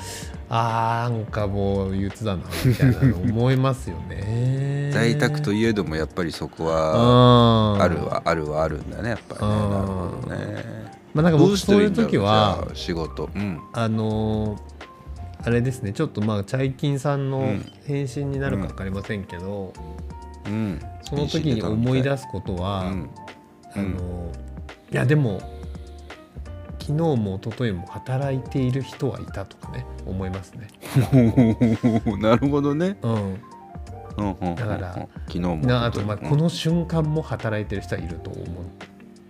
B: あーなんかもう憂鬱だなみたいなの思いますよね
A: 在宅と
B: いう
A: いえどもやっぱりそこは
B: あ
A: あるはあるはあるんだねやっぱりね
B: うん
A: なるほどね
B: まあなん
A: ど
B: か僕
A: うして
B: そうい
A: る
B: うん
A: だろう
B: 時は
A: じゃあ仕事うん
B: あのーあれですねちょっとまあチャイキンさん
A: う
B: の
A: ん
B: 返信になるか分かりませんけど、
A: うん
B: その時に思い出すこと
A: う
B: は、
A: ん
B: あのーいやでも昨日も一昨日も働いている人はいたとかね思いますね。
A: [laughs] なるほどね
B: うん、
A: うんうんうんうん
B: だから
A: 昨日も
B: なあとまあ
A: うん
B: この瞬間も働いてる人はいると思う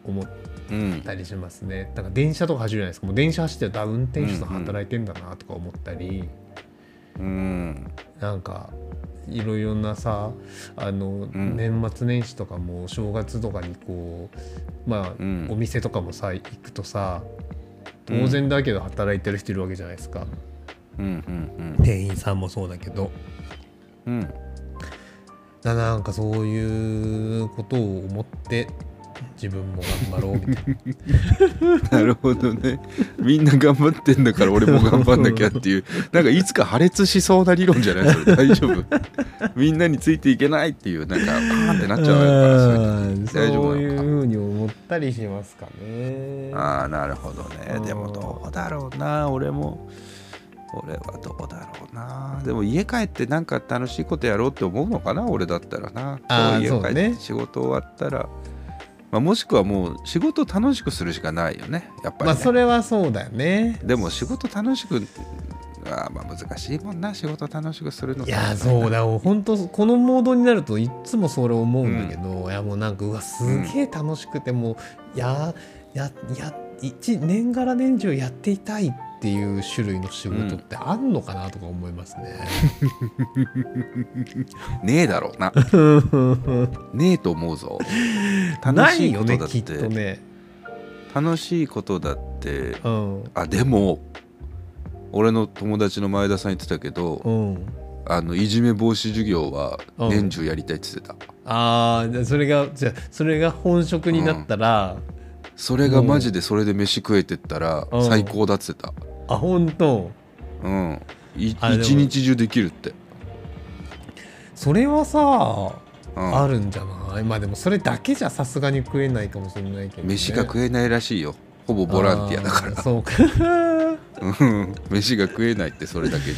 B: 思っ
A: うん
B: たりしますね。だから電車とか走るじゃないですかもう電車走ってたら運転手さん働いてんだなとか思ったり。
A: うん
B: なんかいろいろなさあの、
A: ん
B: 年末年始とかも正月とかにこうまあ、
A: うん
B: お店とかもさ行くとさ
A: うん
B: 当然だけど働いてる人いるわけじゃないですか、
A: うんうん
B: 店員さんもそうだけど
A: うん [laughs] うん
B: だなんかそういうことを思って自分も頑張ろうみたいな
A: なるほどねみんな頑張ってんだ
B: [laughs]
A: から俺も頑張んなきゃっていうなんかいつか破裂しそうな理論じゃないそれ大丈夫
B: [laughs]
A: みんなについていけないっていうなんかパーンって [laughs] なっちゃうよやっぱ
B: う
A: り
B: ん
A: そ
B: そ
A: れ大丈夫
B: ういう
A: な
B: ふ
A: のか
B: うに思ったりしますかね
A: ああなるほど
B: う
A: ね
B: ん
A: でもどうだろうな俺も俺はどうだろうなでも家帰ってなんか楽しいことやろうって思うのかな俺だったらな
B: あー
A: う
B: そう
A: 家帰っ
B: ね
A: て仕事終わったら、まあ、もしくはもう仕事楽しくするしかないよねやっぱり、ね
B: まあそれはそうだよね
A: でも仕事楽しくあーまあ難しいもんな仕事楽しくするの
B: いやそうだもう本当このモードになるといっつもそれ思うんだけど、いやもうなんかうわすげえ楽しくて、もうややや一年がら年中やっていたいっていう種類の仕事ってあんのかなとか思いますね。
A: ねえだろう
B: [laughs]
A: なねえと思うぞ楽
B: な
A: し
B: い
A: い
B: よ
A: こと
B: ね
A: だっ
B: き
A: て
B: っとね。
A: 楽しいことだって
B: うん
A: あでも俺の友達の前田さん言ってたけど、
B: うん、
A: あのいじめ防止授業は
B: うん
A: 年中やりたいって言ってた、
B: ああそれがじゃあそれが本職になったら、
A: それがマジでそれで飯食えてったら
B: うん
A: 最高だって言って
B: あ本当
A: たうんい一
B: あでも
A: 日中できるって、
B: それはさ
A: うん
B: あるんじゃないまあでもそれだけじゃさすがに食えないかもしれないけど、ね、
A: 飯が食えないらしいよほぼボランティアだか
B: あー
A: ら
B: そうか [laughs]
A: うん飯が食えないってそれだけじ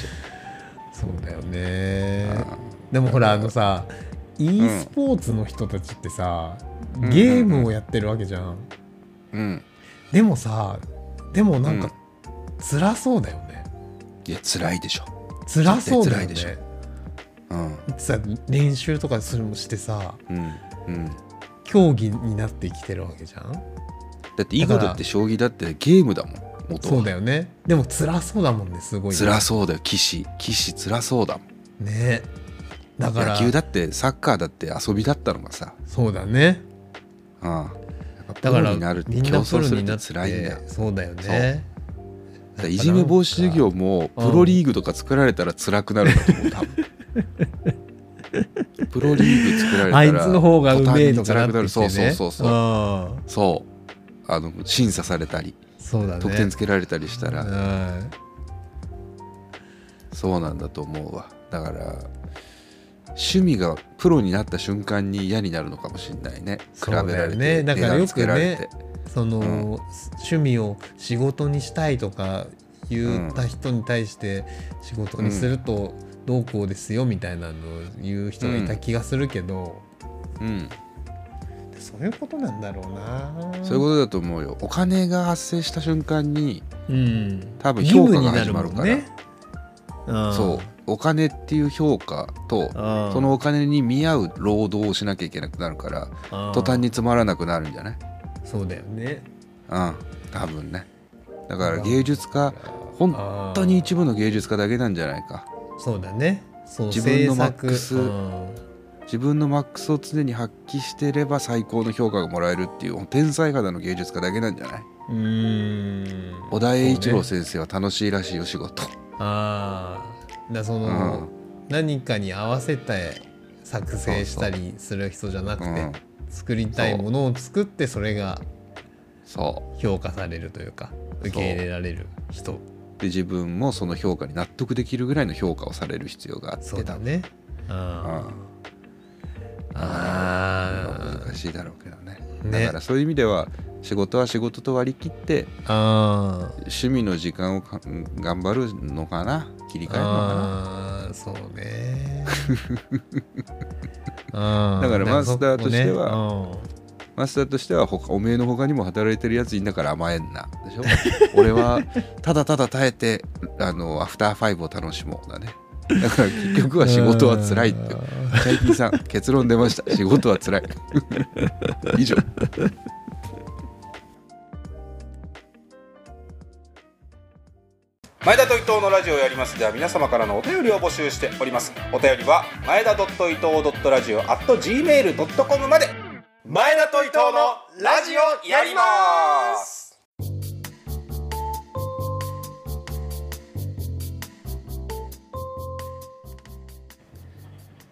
B: そうだよね
A: ゃん、
B: でもほらあのさ e スポーツの人たちってさ、ゲームをやってるわけじゃん、
A: うんうん
B: でもさでもなんか辛そうだよね、
A: いや辛いでしょ
B: 辛そうだ
A: 絶対辛い
B: よね
A: でしうん
B: さ練習とかするもしてさ
A: うんうん
B: 競技になってきてるわけじゃん
A: だって囲碁だって将棋だってゲームだもん元は
B: そうだよねでも辛そうだもんねすごいね
A: 辛そうだよ棋士棋士辛そうだもん
B: ねだから
A: 野球だってサッカーだって遊びだったのがさ
B: そうだね
A: うんやっぱプ
B: だか
A: ロ
B: ら
A: になるって
B: みん
A: 競
B: なプ
A: 争
B: ロ
A: する
B: に
A: っ
B: な
A: て
B: って
A: 辛いんだよ
B: そうだよ
A: そう
B: ね
A: だからいじめ防止授業もプロリーグとか作られたら辛くなるんだと思う多分プロリーグ作られたら
B: あいつの方がうめえの
A: 途
B: か
A: 端に辛く
B: なっ
A: な
B: て
A: る
B: きて
A: そう
B: ね
A: そうそうそう
B: うん
A: そうあの審査されたり
B: そうだね
A: 得点つけられたりしたら、
B: うん
A: そうなんだと思うわだから趣味がプロになった瞬間に嫌になるのかもしれないね比
B: そ
A: べ
B: うだ
A: ら
B: よ
A: れ
B: ね
A: て、
B: だから
A: 値
B: よくね
A: 段つけられて
B: その、
A: うん
B: 趣味を仕事にしたいとか言った人に対して仕事にするとどうこうですよみたいなのを言う人がいた気がするけど、
A: うん
B: そういうことなんだろうな
A: そういうことだと思うよお金が発生した瞬間に
B: うん
A: 多分
B: 義務
A: 評価
B: に
A: が
B: な
A: 始まるから
B: ねうん、
A: そうお金っていう評価と
B: うん
A: そのお金に見合う労働をしなきゃいけなくなるから
B: うん
A: 途端につまらなくなるんじゃない
B: そうだよね
A: うん多分ねだから芸術家本
B: 本
A: 当に一部の芸術家だけなんじゃないか
B: そうだねそう
A: 自分の
B: 制作
A: マックス
B: うん
A: 自分のマックスを常に発揮してれば最高の評価がもらえるっていう天才肌の芸術家だけなんじゃないう
B: ーん
A: 小田栄一郎
B: そうね
A: 先生は楽しいらしいよ仕
B: [laughs]
A: 事
B: ああだそうの、
A: ん
B: 何かに合わせて作成したりする人じゃなくて
A: うん
B: 作りたいものを作ってそれが
A: そ
B: 評価されるというか受け入れられる人
A: うで自分もその評価に納得できるぐらいの評価をされる必要があって
B: そうだね
A: 多
B: あ
A: 分うん
B: ーあ
A: 難しいだろうけどね
B: ね
A: だからそういう意味では仕事は仕事と割り切って
B: ーあー
A: 趣味の時間をか頑張るのかな切り替えるのか
B: あーそう
A: [laughs]
B: ねあー
A: だからマスター
B: でもそ
A: と
B: こね
A: してはなマスターとしては他おめえの他にも働いてるやついんだから甘えんなで
B: [laughs]
A: しょ俺はただただ耐えてあのアフターファイブを楽しもうだねだから結局
B: う
A: は
B: ん
A: 仕事は辛いって
B: あ
A: チャイキーさん結論出ました仕事は辛い [laughs] 以上
D: 前田と伊藤のラジオをやりますでは皆様からのお便りを募集しておりますお便りは前田伊藤ラジオ at gmail.com まで前田と伊藤のラジオやります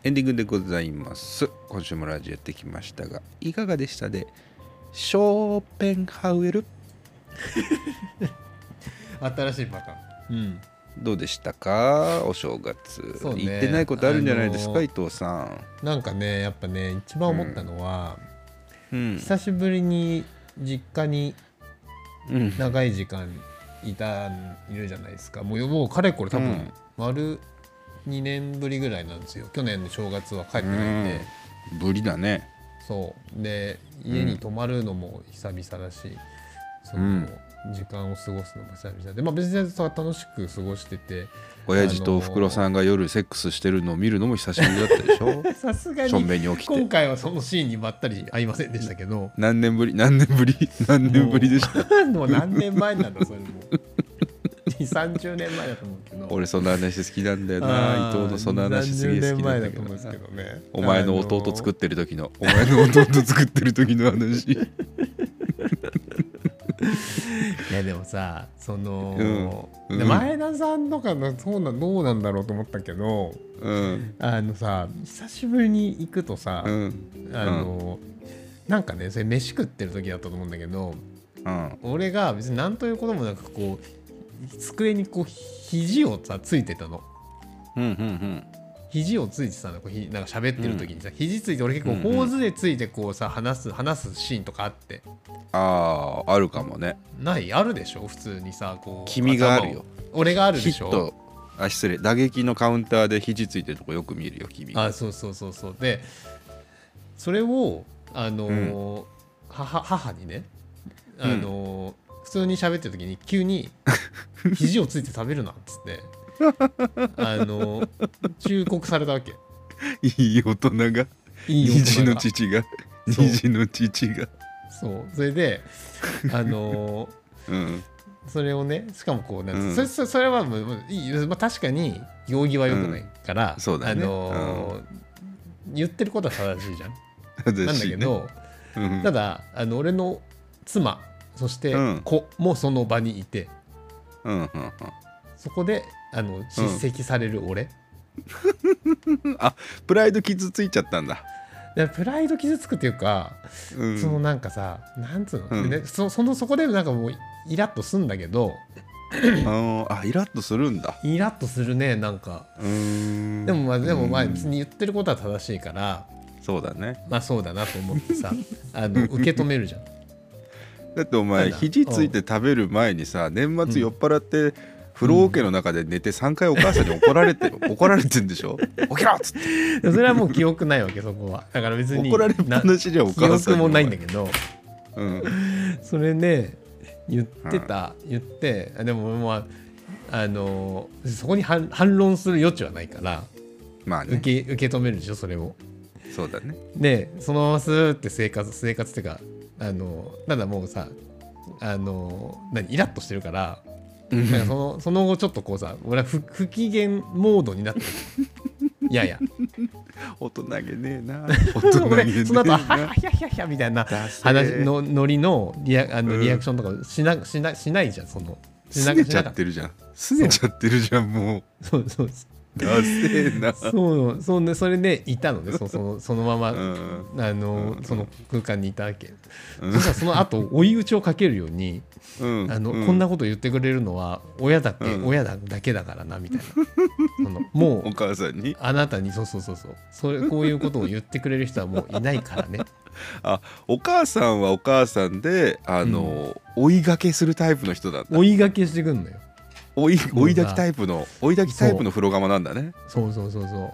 A: エンディングでございます。今週もラジオやってきましたが、いかがでしたでショーペンハウエル、
B: ー新しいパターンうん
A: どうでしたかお正月、
B: そうね
A: 行ってないことあるんじゃないですか、
B: あのー
A: 伊藤さん。
B: なんかねやっぱね一番思ったのは、
A: うん。
B: 久しぶりに実家に
A: うん
B: 長い時間いたいるじゃないですかもうもうかれこれ多
A: う
B: 分
A: ん
B: 丸2年ぶりぐらいなんですよ去年の正月は帰ってないんで、
A: ぶりだね。
B: そうで家に泊まるのも久々だし、その
A: うん
B: 時間を過ごすのも久々で、まあ、別にさ楽しく過ごして
A: [laughs]
B: て
A: 親父とおふくろさんが夜セックスしてるのを見るのも久しぶりだったでし
B: [laughs]
A: ょ
B: さすが
A: 正
B: に
A: 面に起き
B: 今
A: て
B: 回はそのシーンにばったり合いませんでしたけど
A: 何年ぶり何年ぶり何年ぶりでした
B: もう何年前なんだそれも230年前だと思うけど
A: 俺その話好きなんだよ
B: あ
A: な伊
B: ー
A: 藤のその話すげえ好きなんだけ
B: 何十年
A: ど
B: 前だと思うんです
A: な
B: けどね
A: お前の弟作
B: っ
A: ってる時のお前の弟作ってる時の
B: [laughs]
A: 話
B: いやでもさその、
A: うん
B: で
A: うん
B: 前田さんとかのそうなどうなんだろうと思ったけど
A: うん
B: あのさ久しぶりに行くとさ、
A: うん
B: あの、なんかねそれ飯食ってる時だったと思うんだけど
A: うん
B: 俺が別に何ということもなくこう机にこう肘をさついてたの
A: うんうん
B: 肘をついてたのこうひなんか喋ってる時にさ、肘ついて俺結構
A: うんうん
B: 頬杖ついてこうさ話す話すシーンとかあって
A: あああるかもね
B: ないあるでしょ普通にさこう
A: 君があるよ
B: 頭を俺がある
A: ヒ
B: でし
A: ッ
B: ょ
A: トあ失礼打撃のカウンターで肘ついてるとこよく見るよ君
B: あそうそうそうそうでそれをあのー母母にねあのー、普通に喋ってる時に
A: [laughs]
B: 急に「肘をついて食べるな」っつってあのー忠告され
A: [laughs]
B: たわけ
A: いい大人が
B: いい大人
A: 虹
B: が
A: の父が
B: そう
A: 虹の父が
B: そうそれであのー
A: うん
B: それをねしかもこうなんつう
A: うん
B: それそれそれはもうもういい、まあ、確かに行儀は良くないから、
A: うんそうだよね
B: あのー言ってることは正しい
A: [laughs]
B: じゃん
A: な
B: なんだけど、
A: うん
B: ただあの俺の妻そして
A: うん
B: 子もその場にいて
A: うんうんうん
B: そこであの叱責される俺、
A: あプライド傷ついちゃったんだ
B: でプライド傷つくっていうか、
A: うん
B: そのなんかさなんつうの、
A: うん
B: でねそそのそこでなんかもうイラッとすんだけど
A: あーあイラッとするんだ
B: イラッとするねなんか
A: うーん
B: でもまあでもまあ
A: うん
B: 別に言ってることは正しいから、
A: そうだね
B: まあそうだなと思ってさあの受け止めるじゃん
A: だってお
B: なん
A: 前
B: だ
A: 肘ついて食べる前にさ年末酔っ払って風呂桶の中で寝て3回お母さんに怒られてる怒られてんでし
B: [laughs]
A: ょ起きろっつって
B: で [laughs] それはもう記憶ないわけそこはだから別に
A: 怒られっぱなしじゃんお
B: 記
A: 母さん
B: 憶
A: に
B: もないんだけど
A: うん
B: それで言ってた、言ってでもまああのそこに反反論する余地はないから
A: まあ
B: 受
A: ね
B: け受け止めるでしょそれを。
A: そうだね
B: でそのままスーって生活生活っていうかあのただもうさあの何イラッとしてるからなんかそのその後ちょっとこうさ俺は不不機嫌モードになって
A: [laughs]
B: るいやいや
A: 大人げねえな大
B: [laughs]
A: 人げねえな
B: 俺その後はははひゃひゃひゃみたいな
A: ダセー
B: 話のノリのリアあの
A: うん
B: リアクションとかしなしなしないじゃんそのしな
A: [laughs] すねちゃっ
B: しなか
A: てるじゃんすねちゃってるじゃんも
B: た [laughs] そうそう
A: うダセえな
B: そうそうねそれでいたのねそそのそのまま、
A: うん
B: あのその空間にいたわけ、
A: うん
B: そしたらその後追い打ちをかけるように
A: うん
B: あの、
A: う
B: こんなこと言ってくれるのは親だけ、
A: うん
B: 親だだけだからなみたいなそのもう
A: お母さんに
B: あなたにそうそうそうそうそれこういうことを言ってくれる人はもういないからね
A: あお母さんはお母さんであの、追いがけするタイプの人なんだ
B: 追いがけしてくんのよ
A: 追い
B: う
A: 追い抱きタイプの追い抱きタイプの風呂釜なんだね
B: そうそうそうそ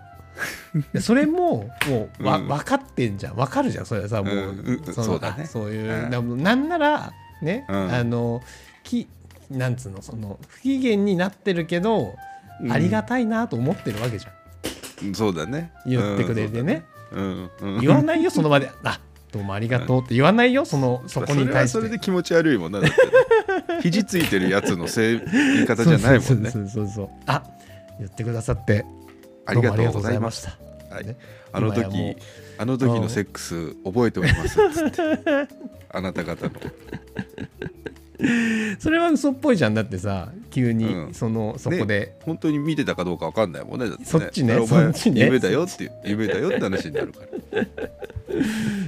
B: うでそれももうわ、
A: うん
B: 分かってんじゃん分かるじゃんそれはさもう、
A: うんうん
B: の
A: そうだね
B: あそういう、
A: うん
B: ななんならね、
A: うん
B: あのきなんつうのその不機嫌になってるけど、
A: うん
B: ありがたいなと思ってるわけじゃん
A: うんそうだね
B: 言ってくれてね、
A: うんうん
B: 言わないよその場で「あどうもありがとう」って言わないよそのそこに対して
A: それはそれで気持ち悪いもんなだって [laughs] ね肘ついてるやつのせい言い方じゃないもんね
B: そうそうそうそうそうあ言ってくださって
A: あ
B: ど
A: り
B: うも
A: がとうございました
B: ありがとうございました
A: はい
B: ね
A: あの
B: 今やもう
A: 時あの時のセックス覚えており
B: [laughs]
A: ますつってあなた方の
B: それは嘘っぽいじゃんだってさ急
A: う
B: に
A: ん
B: その、そこで
A: ね、本当に見てたかどうかわかんないもんねだって
B: そっちね
A: だからお前
B: そっちね
A: 夢だよっていう夢だよって話にな
B: [laughs]
A: るから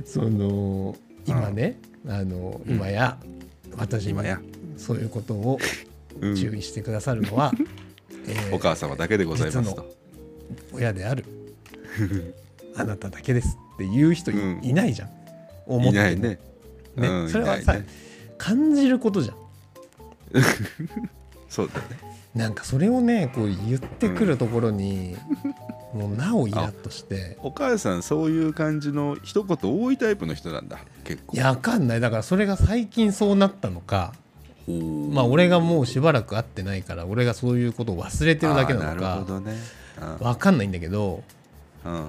B: その今ね、あの今や私に
A: 今や
B: そういうことを
A: うん
B: 注意してくださる
A: [laughs]
B: のは、えー
A: お母様だけでございます
B: 実の
A: と。
B: 親
A: [laughs]
B: であるあなただけですっていう人い,、
A: うん
B: ないじゃん思
A: い
B: っても
A: ないね。
B: ね、
A: うん
B: それはいさ、
A: ないね
B: 感じることじゃん
A: そうだね。
B: なんかそれをねこう言ってくるとこ
A: [laughs]
B: ろに、もうなおイラッとして
A: お母さんそういう感じの一言多いタイプの人なんだ結構。
B: いやわかんないだからそれが最近そうなったのかまあ俺がもうしばらく会ってないから俺がそういうことを忘れてるだけなの
A: あーなるほ
B: か
A: どね。
B: 分かんないんだけど
A: うんうん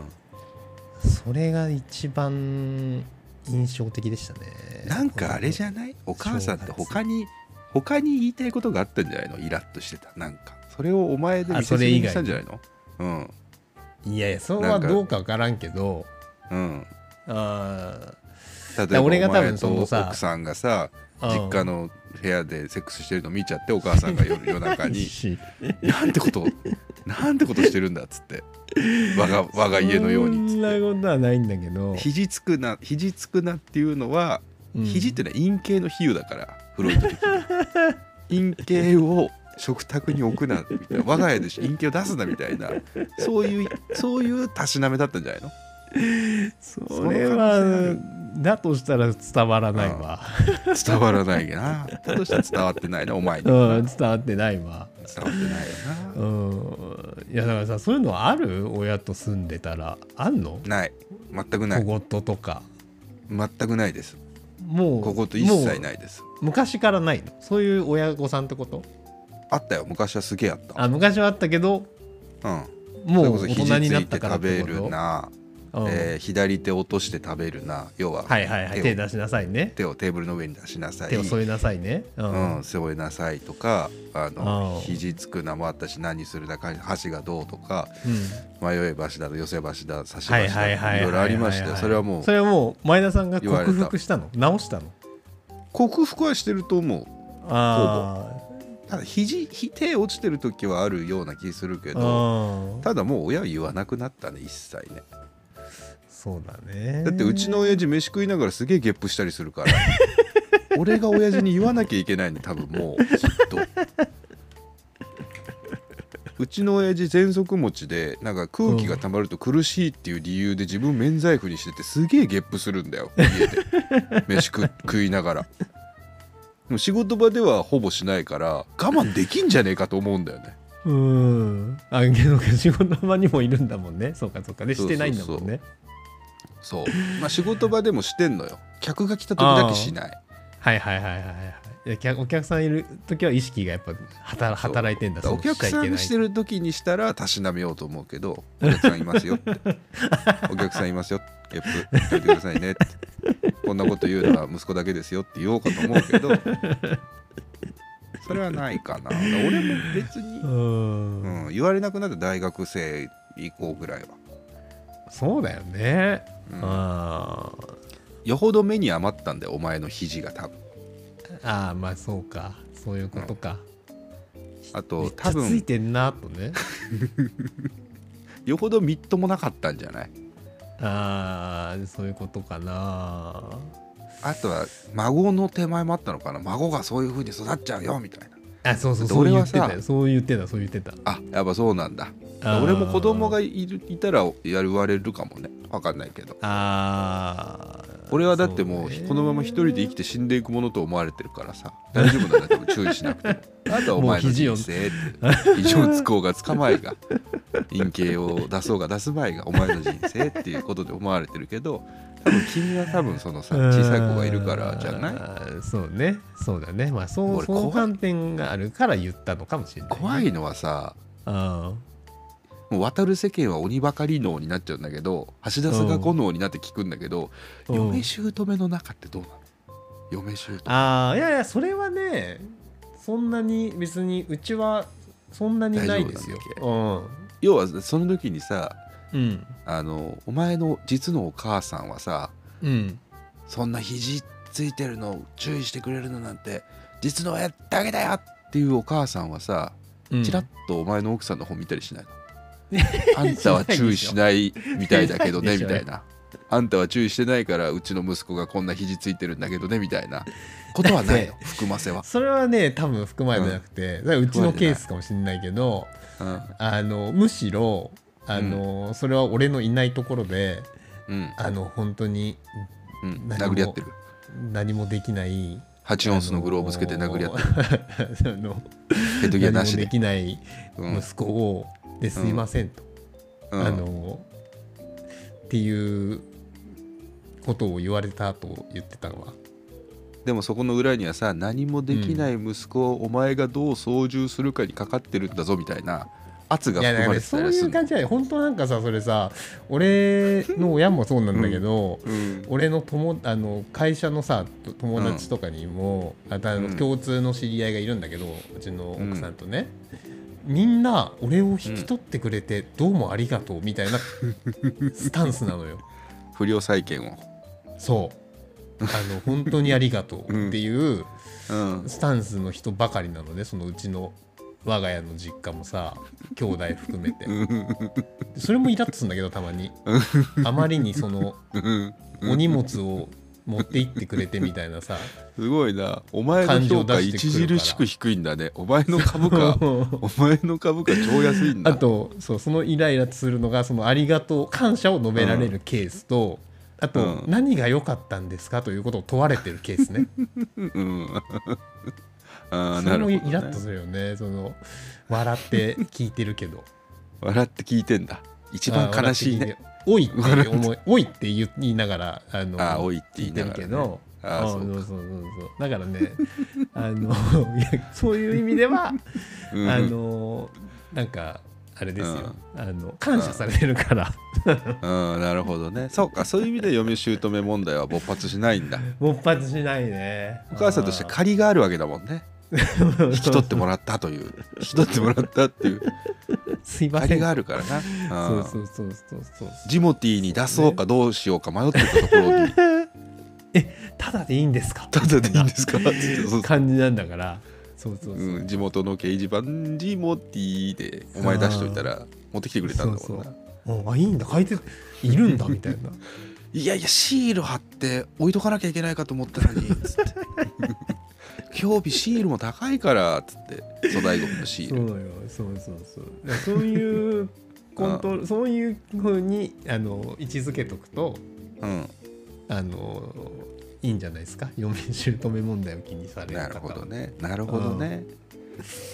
B: それが一番印象的でしたね
A: なんかあれじゃないお母さんって他に他に言いたいことがあったんじゃないのイラッとしてたなんかそれをお前で見せ
B: あそ
A: し
B: れ以
A: に
B: 外
A: したんじゃないのうん
B: いやいやそれはどうか分からんけど
A: うん
B: あ
A: 例え
B: ら
A: ば
B: 俺が
A: お前
B: 多分その
A: と
B: さ
A: 奥さんがさ
B: うん
A: 実家の部屋でセックスしてるの見ちゃってお母さんが
B: [laughs]
A: 夜夜中
B: ー
A: に
B: し
A: 「なんてことなんてことしてるんだ」っつって
B: [laughs]
A: 我が我が家のようにっつ
B: そん
A: っ
B: な
A: て
B: ことはないんだけど
A: 肘つくな肘つくなっていうのは
B: うん
A: 肘ってのは陰茎の比喩だからフロイト的
B: [laughs]
A: に陰茎を食卓に置くなみたいな我が家で陰茎を出すなみたいなそういうそういうたしなめだったんじゃないの
B: それはだとしたら伝わらないわ
A: 伝わらないなだとしたら伝わってないなお前に
B: う
A: 伝わっ
B: ん伝わってないわ
A: てないよな
B: うんいやだからさそういうのある親と住んでたらあんの
A: ない全くな
B: 小
A: い
B: 言とか
A: 全くないです
B: もう
A: ここと一切
B: も
A: ないです
B: う昔からないのそういう親御さんってこと
A: あったよ昔はすげえあった
B: あ昔はあったけど
A: うん
B: もう
A: そ
B: 大
A: れこそ
B: 人に
A: 肘つ
B: なっ
A: いて
B: たからっ
A: 食
B: て
A: べ
B: こと
A: るな、
B: うん
A: えー左手落として食べるな要は、
B: はいはいは
A: 手
B: い
A: を
B: 手出しなさいね
A: 手をテーブルの上に出しなさい
B: 手を添えなさいねう
A: うんん、背負いなさいとかあの
B: うん
A: 肘つくなもあったし何するだか箸がどうとか
B: うん
A: 迷え橋だ寄せ橋だ差し
B: は
A: 橋
B: いは
A: だ
B: いはい
A: いろいろありましたよそれはもう
B: それはもう前田さんが
A: 言われた
B: 克服したの直したの
A: 克服はしてると思う
B: あ
A: ただ肘ひ手落ちてる時はあるような気するけ
B: ー
A: ど
B: あー
A: ただもう親は言わなくなったね一切ね
B: そうだね
A: だってうちの親父飯食いながらすげえゲップしたりするから俺が親父に言わなきゃいけないの多分もうずっとうちの親父喘息持ちでなんか空気がたまると苦しいっていう理由で自分免罪符にしててすげえゲップするんだよ家で飯食食いながらでも仕事場ではほぼしないから我慢できんじゃねえかと思うんだよね
B: うんあけど仕事場にもいるんだもんねそうかそうかで
A: そ
B: し
A: うそうそう
B: てないんだもんね
A: そうまあ仕事場でもしてんのよ客が来た時だけしない
B: はいはいはいはいはいいや客お客さんいる時は意識がやっぱ働
A: そう
B: 働いてんだ
A: お客さんして
B: る
A: る時にしたらたしなめようと思うけど
B: [laughs]
A: お客さんいますよってお客さんいますよゲップやめてくださいねってこんなこと言うのは息子だけですよって言おうかと思うけどそれはないかな俺も別
B: う
A: に、
B: ん、
A: うん、言われなくなった大学生以降ぐらいは
B: そうだよね、
A: うん
B: あー
A: よほど目に余ったんだよお前の肘が多分
B: あーまあそうかそういうことか、
A: あ
B: め
A: と
B: っち
A: 多
B: ゃつい
A: 分
B: てんなとね
A: よほどみっともなかったんじゃない
B: ああそういうことかな
A: あとは孫の手前もあったのかな孫がそういう風に育っちゃうよみたいな
B: あそうそ
A: だ
B: う
A: って
B: そう
A: 俺
B: 言
A: は
B: ってた
A: さ
B: よそう言ってたそう言ってた
A: あやっぱそうなんだ
B: あー
A: 俺も子供がいるいたらや言われるかもね分かんないけど
B: ああ
A: 俺はだってもうこのまま一人で生きて死んでいくものと思われてるからさ大丈夫なんだ多分注意しなくて [laughs] もあとはお前の人生って異常つこうがつかまいが陰茎を出そうが出すまいがお前の人生っていうことで思われてるけど多分君は多分そのさ小さい子がいるからじゃない
B: いそうねそうだねまあそう
A: 俺
B: そ
A: 怖い
B: の観点があるから言ったのかもしれないね、
A: 怖いのはさ
B: あ
A: もう渡る世間は鬼ばかり脳になっちゃうんだけど橋田須賀子脳になって聞くんだけど、
B: うん
A: 嫁姑の中ってどうなの嫁姑
B: あーいやいやそれはねそんなに別にうちはそんなにないですよ
A: 大丈
B: う
A: 要はその時にさ
B: んうん
A: あのお前の実のお母さんはさ
B: うん
A: そんな肘ついてるのを注意してくれるのなんて実の親だけだよっていうお母さんはさ
B: うん
A: ちらっとお前の奥さんの方見たりし
B: [laughs]
A: ないの、あんたは注意しないみたいだけどね
B: し
A: み
B: ない
A: た
B: でしょ
A: いなあんたは注意してないからうちの息子がこんな肘ついてるんだけどねみたいなことはないの
B: [laughs] だっ
A: 含ませは、
B: それはね多分含まれてなくて、ううちのケースかもしれないけど
A: うん
B: あのむしろあの、それは俺のいないところで
A: うん
B: あの本当に
A: うん、
B: 何
A: 殴
B: も
A: り合ってる
B: 何もできない
A: 8オンスのグローブつけて殴り合ってる
B: って [laughs] あの
A: ヘッドギア
B: 何も
A: なし
B: で
A: で、
B: きない
A: うん
B: 息子を「ですいません」と、
A: うん
B: あのっていうことを言われたと言ってたわ
A: でもそこの裏にはさ何もできない息子をお前がどう操縦するかにかかってるんだぞみたいな圧が
B: いやだ
A: 含
B: か
A: ま
B: ら
A: れてた
B: そう
A: りす
B: いう
A: るの
B: 感じだよ本当なんかさそれさ俺の親もそうなんだけど、
A: うん
B: 俺の友あの会社のさと友達とかにも、あとあの
A: うん
B: 共通の知り合いがいるんだけどうちの奥さんとね、みんな俺を引き取ってくれてどうもありがとうみたいなスタンスなのよ。
A: 不良債権を、
B: そうあの本当にありがとうっていう
A: うん、 [laughs]
B: スタンスの人ばかりなのねそのうちの我が家の実家もさ兄弟含めてそれもイラッとするんだけどたまにあまりにそのお荷物を持って行ってくれてみたいなさ
A: すごいなお前の評価
B: 感情出してくるから
A: 著しく低いんだねお前の株価 [laughs] お前の株価超安いんだ
B: あとそうそのイライラするのがそのありがとう感謝を述べられるケースと、あと、
A: うん
B: 何が良かったんですかということを問われてるケースね。
A: うん、 [laughs] あー
B: そ
A: なる
B: れ
A: ほ
B: も
A: ど、
B: イ
A: ね、
B: ラッとするよね。その笑って聞いてるけど。
A: 笑って聞いてんだ一番悲しいね
B: あー。笑って聞いておいって思い、おいって言いながら、あの、
A: あーおいって言いながらね
B: 聞てるけど、
A: あー
B: あー
A: そ
B: そうう
A: か
B: そうそうそう。だからね、 [laughs] あの、いやそういう意味では、
A: うん
B: あの、なんか、あれですよ、あの、感謝されてるから、
A: うんなるほどねそうかそういう意味で嫁姑問題は勃発しない
B: [laughs]
A: んだ
B: 勃発しないね。
A: お母さんとして借りがあるわけだも
B: [laughs]
A: んね
B: 引
A: 引き取ってもらったという引き取ってもらったっていう
B: すい [laughs] ま
A: 借
B: せ
A: り
B: ん。
A: が
B: そ
A: あるから
B: [laughs]
A: なう
B: うんそうそうそうそう。
A: ジモティーに出そうかどうしようか迷ってたところに [laughs]
B: ただでいいんですか
A: ただでいいん
B: [laughs]
A: ですかつってそう
B: 感じなんだから。そうそうそう。
A: うん、地元の掲示板ジモティーでお前出しといたら持ってきてくれたんだもんな
B: そうそううんあいいんだ書いているんだみたいな
A: [laughs] いやいやシール貼って置いとかなきゃいけないかと思ったのにつって今日日シールも高いからつって粗大ゴミのシ
B: そ
A: ー
B: う
A: ル
B: よそうそうそうだからそういうコントロールそういうふうにあの位置づけとくと
A: うん
B: あのいいんじゃないですか嫁姑問題を気にされる
A: な
B: 方
A: るほどねなるほどね、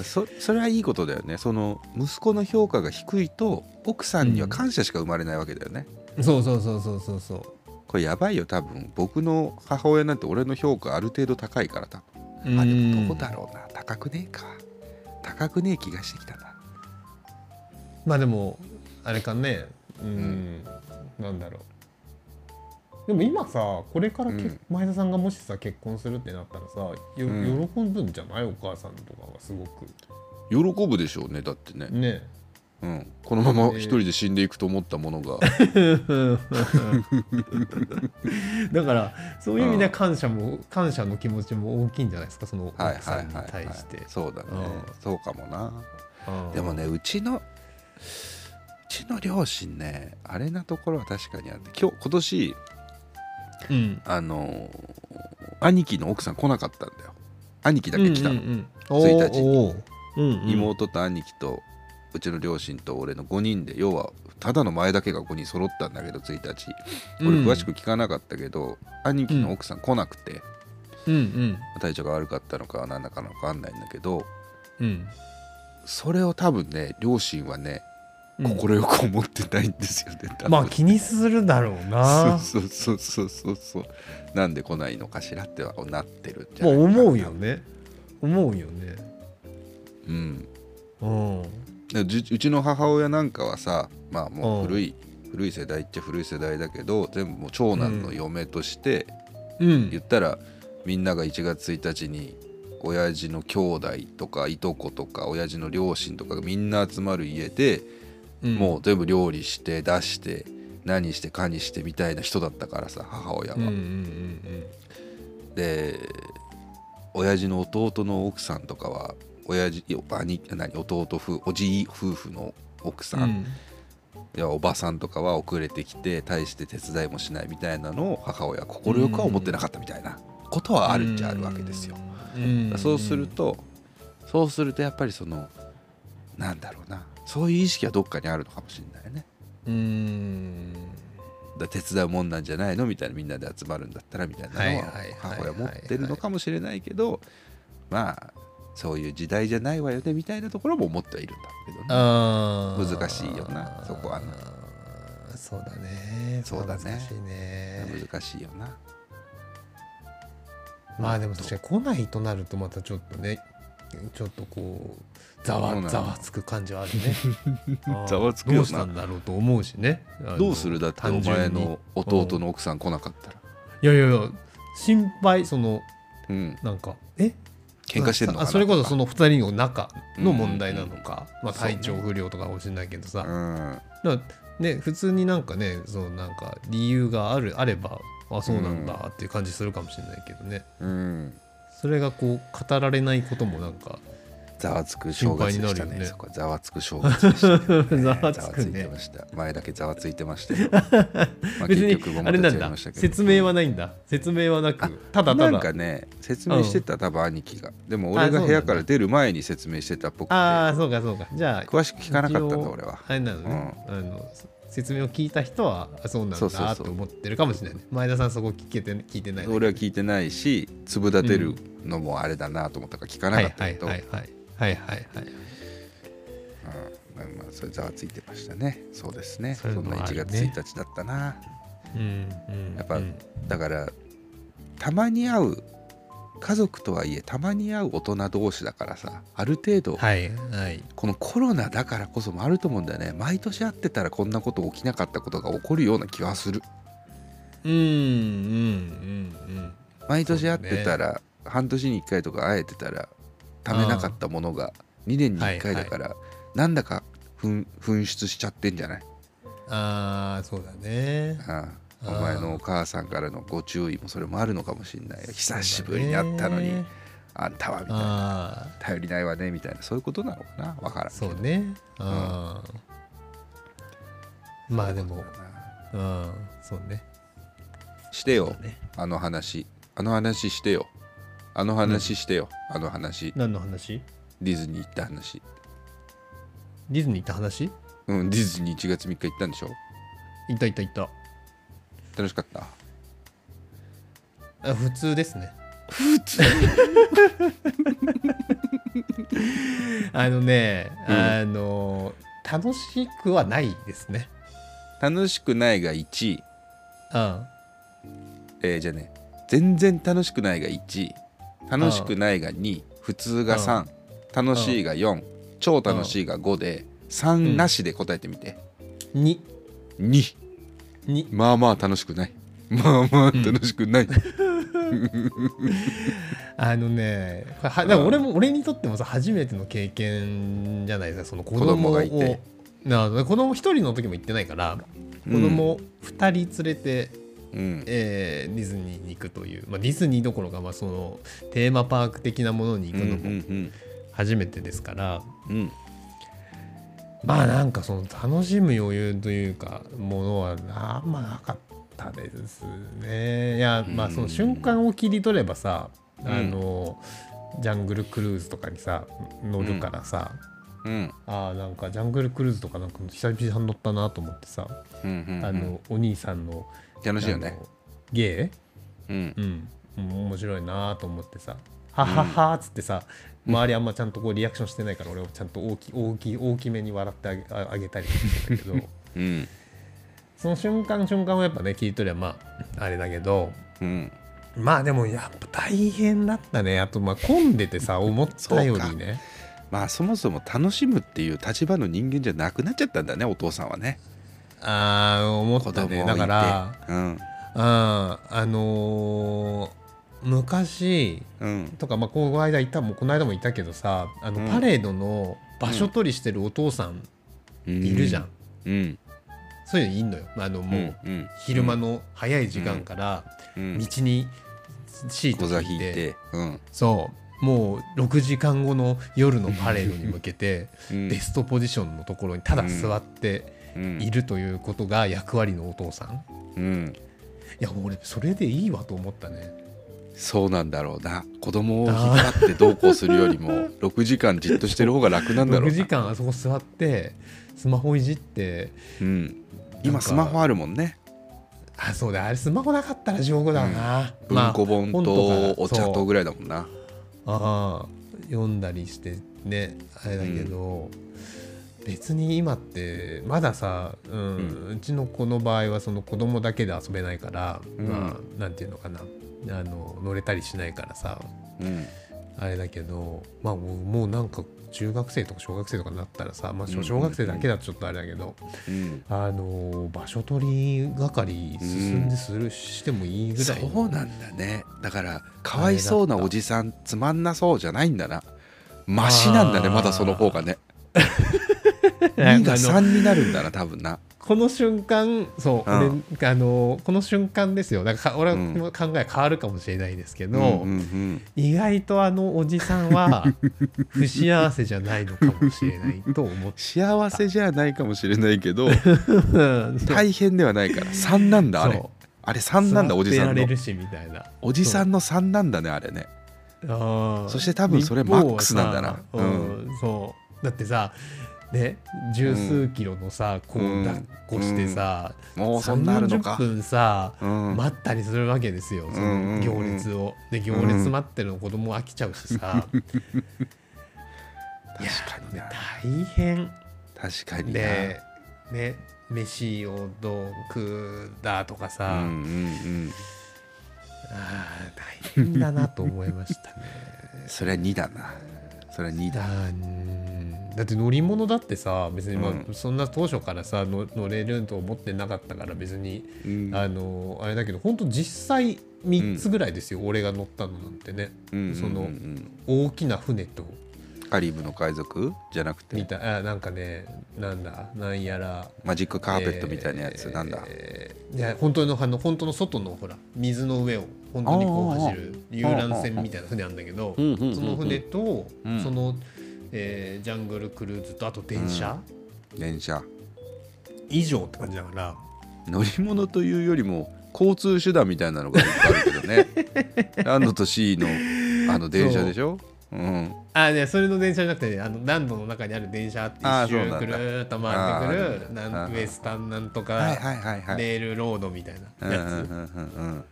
A: そそれはいいことだよねその息子の評価が低いと奥さんには感謝しか生まれないわけだよね、
B: そうそうそうそうそうそ
A: これやばいよ多分僕の母親なんて俺の評価ある程度高いから多分
B: う
A: あで
B: うん
A: もどこだろうな高くねえか高くねえ気がしてきたな
B: まあでもあれかねうん、なんだろうでも今さこれからけ、
A: うん
B: 前田さんがもしさ結婚するってなったらさよ、
A: うん
B: 喜ぶんじゃないお母さんとかがすごく
A: 喜ぶでしょうねだってね、
B: ね
A: うん、このまま一人で死んでいくと思ったも
B: [laughs]
A: のが、
B: だからそういう意味では感謝も、感謝の気持ちも大きいんじゃないですかその
A: はい
B: 奥
A: はい
B: さ
A: は
B: ん
A: い
B: に
A: はい、
B: 対して。
A: そうだね、
B: うん
A: そうかもな
B: うん
A: でもねうちのうちの両親ねあれなところは確かにあって今日今年
B: うん
A: あのー兄貴の奥さん来なかったんだよ兄貴だけ来たの、
B: うん
A: 1日に
B: うんうんおーおーうんうん
A: 妹と兄貴とうちの両親と俺の5人で要はただの前だけが5人揃ったんだけど1日俺
B: うん
A: 詳しく聞かなかったけど、兄貴の奥さん来なくて、
B: うん
A: 体調が悪かったのか何だかなのかわかんないんだけど
B: うん
A: それを多分ね両親はね
B: うん
A: 快く思ってないんですよね、多分
B: まあ気にするだろうな
A: そうそうそうそうそうそうなんで来ないのかしらってはなってるんじゃ
B: まあ
A: ないかな
B: 思うよね思うよね
A: うん
B: うん
A: だからじうちの母親なんかはさまあもううん古い、古い世代っちゃ古い世代だけど全部もう長男の嫁として、
B: うん
A: 言ったらみんなが1月1日に親父の兄弟とかいとことか親父の両親とかがみんな集まる家で、もう全部料理して出して何してかにしてみたいな人だったからさ母親は。
B: うんうんうん
A: で親父の弟の奥さんとかは親父いや兄何弟夫おじい夫婦の奥さ
B: うん
A: ん、
B: ん
A: いやおばさんとかは遅れてきて大して手伝いもしないみたいなのを母親は快くは思ってなかったみたいなことはあるっちゃあるわけですよ。
B: うん
A: そうするとそうするとやっぱりそのなんだろうなそういう意識はどっかにあるのかもしれないね。
B: うん
A: だ手伝うもんなんじゃないのみたいなみんなで集まるんだったらみたいなのは
B: はいはいはいはい
A: 母親持ってるのかもしれないけどまあそういう時代じゃないわよねみたいなところも思ってはいるんだけどね
B: あー
A: 難しいよなそこはな
B: あーそうだね
A: そうだね
B: 難しいね
A: 難しいよな
B: まあでも確かに来ないとなるとまたちょっとねちょっとこうざ
A: そうな
B: わ
A: の
B: ざわつく感じはあるね
A: [laughs]
B: ああ
A: ざわつくよな
B: どうしたんだろうと思うしねあの
A: どうするだってお
B: 単
A: 前
B: 純に
A: の弟の奥さん来なかったら、
B: いやいやいや心配その
A: うん、
B: なんかえ
A: 喧嘩してるのかな
B: あそれこそその2人の中の問題なのか、まあ、体調不良とかかもしれないけどさ、
A: うん
B: だからね普通になんかねそのなんか理由があるあればあそうなんだっていう感じするかもしれないけどね、
A: うん
B: それがこう語られないこともなんか
A: ざわつく正月でし
B: 心配
A: た
B: にな
A: ね
B: るよね
A: そこはざわつく正月でしたね
B: [laughs] ざわ
A: ざ
B: つ
A: わつ
B: く
A: いて
B: ね
A: ました前だけざわついてました
B: [laughs]
A: けどまあ
B: 別に
A: 結局ご
B: あ
A: も
B: れ
A: たちや
B: なん
A: り
B: だ
A: ましたけど
B: 説明はないんだ説明はなくただた
A: なん
B: だ
A: かね説明してた多分兄貴がでも俺が部屋から出る前に説明してたっぽくて
B: ああそうかそうかじゃあ
A: 詳しく聞かなかったんだ
B: 一応
A: 俺は
B: あれなのね、あの説明を聞いた人はあそうなん
A: そうそう
B: だ
A: そう
B: と思ってるかもしれないね前田さんそこ聞けて聞いてないね
A: 俺は聞いてないし粒立てるのもあれだなと思ったから聞かなかったけど、
B: はいはいはいはいはいはいはい
A: うんまあまあそれざわついてましたねそうですね
B: そ
A: そう
B: いうの
A: んな
B: はあ
A: 1
B: るね
A: 月1日だったな
B: うんうん
A: やっぱ、
B: うん
A: だからたまに会う家族とはいえたまに会う大人同士だからさある程度、
B: はいはい
A: このコロナだからこそもあると思うんだよね毎年会ってたらこんなこと起きなかったことが起こるような気はする
B: うんうんうん
A: 毎年会ってたら、半年に1回とか会えてたらためなかったものが2年に1回だから、なんだか噴噴出しちゃってんじゃない
B: うんああそうだね
A: ああ
B: あー
A: お前のお母さんからのご注意もそれもあるのかもしれないよ久しぶりに会ったの
B: そうだ
A: に
B: ね
A: あんたはみたいな
B: あ
A: 頼りないわねみたいなそういうことなのかなわから
B: あ
A: ん
B: そうねああ、まあでもうんそうね
A: してよ、あの話あの話してよあの話してよ、あの話
B: 何の話
A: ディズニー行った話
B: ディズニー行った話
A: うんディズニー1月3日行ったんでしょ
B: 行った行った行った
A: 楽しかった
B: あ普通ですね普通 [laughs] あのね、
A: うん
B: あの楽しくはないですね
A: 楽しくないが1位、
B: うん
A: えーじゃあね全然楽しくないが1位楽しくないが2位普通が3楽しいが4超楽しいが5で3なしで答えてみて
B: に
A: 2
B: に
A: まあまあ楽しくないまあまあ楽しくない、
B: あのねこれはでも俺も俺にとってもさ初めての経験じゃないですかその子供
A: 子供
B: を
A: がいて
B: なあ子供一人の時も行ってないから子供二人連れて、
A: うん
B: えーディズニーに行くという、まあ、ディズニーどころか、まあ、そのテーマパーク的なものに
A: う
B: 行
A: ん
B: く
A: う
B: のも
A: ん
B: 初めてですから、
A: うんうん
B: まあなんかその楽しむ余裕というかものはあんまなかったですねいやまあその瞬間を切り取ればさ、
A: ん
B: あのジャングルクルーズとかにさ乗るからさ、
A: うん
B: ああなんかジャングルクルーズとかなんか久々に乗ったなと思ってさ、
A: うんうん
B: あのお兄さんの
A: 楽しいよね
B: あの芸
A: うん
B: うん、面白いなと思ってさ「はっはっは」っつってさ、周りあんまちゃんとこうリアクションしてないから俺をちゃんと大きい大きい大きめに笑ってあげああげたりしてたけ
A: [laughs]
B: ど
A: うん
B: その瞬間瞬間はやっぱね聞いとりゃまああれだけど
A: うん
B: まあでもやっぱ大変だったねあとまあ混んで
A: [laughs]
B: てさ思ったよりね
A: まあそもそも楽しむっていう立場の人間じゃなくなっちゃったんだねお父さんはね
B: ああ思っ
A: 子
B: た
A: 供を置い
B: ね
A: て
B: だから
A: うん
B: ああのー昔
A: うん
B: とか、まあ、この間いたもこの間もいたけどさあ
A: う
B: の
A: ん
B: パレードの場所取りしてるお父さんいるじゃん、
A: うん
B: そういうのいんのよあのもう、
A: うんうん
B: 昼間の早い時間から
A: うん
B: 道にシート
A: 小座
B: 引
A: 引
B: い
A: い
B: て,、
A: て、うん
B: そうもう6時間後の夜のパレードに向けて、
A: うん
B: ベストポジションのところにただ座って
A: うん
B: いるということが役割のお父さん、い
A: うん、
B: や俺それでいいわと思ったね
A: そうなんだろうな子供を引っ張って同行するよりも6時間じっとしてる方が楽なんだろうな
B: 6時間あそこ座ってスマホいじって
A: うん、
B: なん
A: 今
B: か
A: スマホあるもんね
B: あそうだあれスマホなかったら地獄だな、
A: 文
B: まあ
A: 庫本
B: 本
A: と
B: か
A: お茶
B: そ
A: と
B: う
A: ぐらいだもんな、
B: ああ読んだりしてねあれだけど、別に今ってまださ、うんうちの子の場合はその子供だけで遊べないから、
A: うん
B: まあなんていうのかなあの乗れたりしないからさ
A: うん
B: あれだけどまあもうもうなんか中学生とか小学生とかになったらさ、まあ、小小学生だけだとちょっとあれだけど、
A: うん
B: あの場所取り係進んでする、してもいいぐらいの
A: そうなんだねだからかわいそうなおじさんつまんなそうじゃないんだなマシなんだね
B: あー
A: まだその方がね
B: なん
A: 2
B: か
A: が
B: [laughs] あの
A: 3になるんだな多分な
B: この瞬間そう、
A: うん
B: 俺あのこの瞬間ですよだからか俺は
A: うん
B: この考え変わるかもしれないですけど、
A: うんうんうん
B: 意外とあのおじさんは不幸せじゃないのかもしれないと思って
A: 幸せじゃないかもしれないけど
B: はい
A: 大変ではないから3なんだあれ
B: そう
A: あれ3なんだおじさ
B: 座っ
A: ん
B: てられ
A: の
B: るしみたいな
A: おじさんの3なんだねあれね
B: あー
A: そして多分それマックスなんだな
B: 日本はさうんそうだってさね十数キロのさ、こ
A: う
B: うん抱っこしてさ、
A: もうそん
B: 三
A: なある
B: 四十
A: のか
B: 分さ、
A: うん
B: 待ったりするわけですよそ
A: うんうんう
B: の
A: ん
B: 行列を。で行列待ってるの子供飽きちゃうしさ、
A: 確かにな
B: 大変
A: 確かにな
B: でね飯をどう食うだとか
A: う
B: さ、
A: んうん
B: あー大変だなと思いましたね。
A: う
B: [laughs]
A: んそれは2だなそれは2だ
B: だうんだって乗り物だってさ別に、まあ
A: うん
B: そんな当初からさの乗れると思ってなかったから別に、
A: うん
B: あのあれだけど本当実際3つぐらいですよ、俺が乗ったのなんてね、
A: うん
B: そ
A: うんう
B: の
A: ん
B: 大きな船と
A: カリブの海賊じゃなく
B: み
A: て
B: たいあなんかねなんだなんやら
A: マジックカーペットみたいなやつ、なんだ
B: えーいや本当のあの本当の外のほら水の上を本当にこう走る遊覧船みたいな船なんだけど、
A: うんうんうんうん
B: その船と、
A: うん
B: その、えージャングルクルーズとあと電車、
A: 電車
B: 以上って感じだから
A: 乗り物というよりも交通手段みたいなのがいっぱいあるけどね
B: [laughs]
A: ランドとシーのあの電車でしょうん
B: あいやそれの電車じゃなくて、ね、あのランドの中にある電車あって
A: あー
B: 一周
A: そうなん
B: く
A: だ
B: るーっと回ってく
A: あ
B: る
A: ー
B: なん
A: あー
B: ウエスタンなんとか、
A: はいはいはいはい
B: レールロードみたいな
A: うんうん
B: や
A: うん
B: つ、
A: うん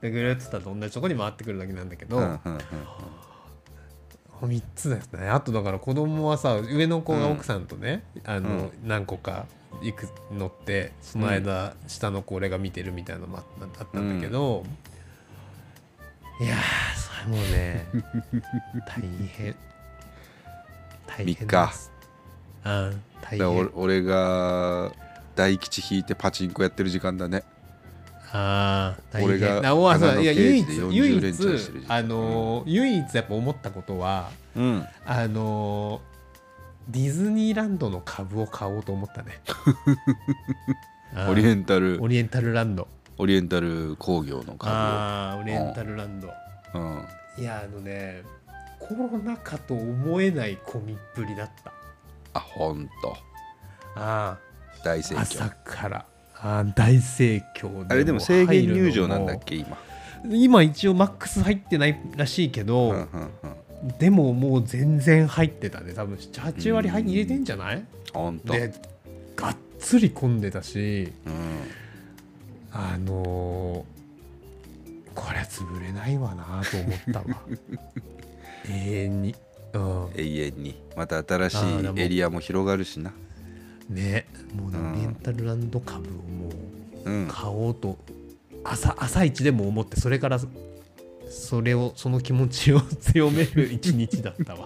B: でぐるーっとたと同じとこに回ってくるだけなんだけど、
A: うんうんうん
B: 3つですねあとだから子供はさ上の子が奥さんとね、あの何個かいく乗ってその間、下の子俺が見てるみたいなのもあったあったんだけど、いやーそれも
A: [laughs]
B: ね大変大変ですうん大
A: だから俺
B: 変
A: 俺が大吉引いてパチンコやってる時間だね
B: あー大変
A: 俺が
B: なおあそう
A: 7の
B: いや
A: ケー
B: 唯
A: ジ
B: 一
A: で
B: 唯
A: 40連
B: 一
A: チャンしてる時
B: あのー唯一やっぱ思ったことは
A: うん
B: あのーディズニーランドの株を買おうと思ったねあ
A: [laughs]
B: ー
A: オリエンタル
B: オリエンタルランド
A: オリエンタル工業の株
B: ああーオリエンタルランド
A: をうん
B: いやあのねコロナ禍と思えない込みっぷりだった
A: あほんと
B: あ
A: 大盛
B: ー朝
A: 況
B: からあー大盛況
A: あれでも制限入場なんだっけ今
B: 入るのも今一応マックス入ってないらしいけど、
A: うんうんうん
B: でももう全然入ってたね多分78割入れてんじゃない
A: ほんと
B: でがっつり混んでたし
A: うん
B: あのーこれは潰れないわなと
A: [laughs]
B: 思ったわ永遠に、うん、
A: 永遠にまた新し
B: あーでも
A: いエリアも広がるしな
B: ねもうな
A: うん
B: レンタルランド株をも
A: う
B: うん買おうと朝朝一でも思ってそれからそれをその気持ちを強める一日
A: [laughs]
B: だったわ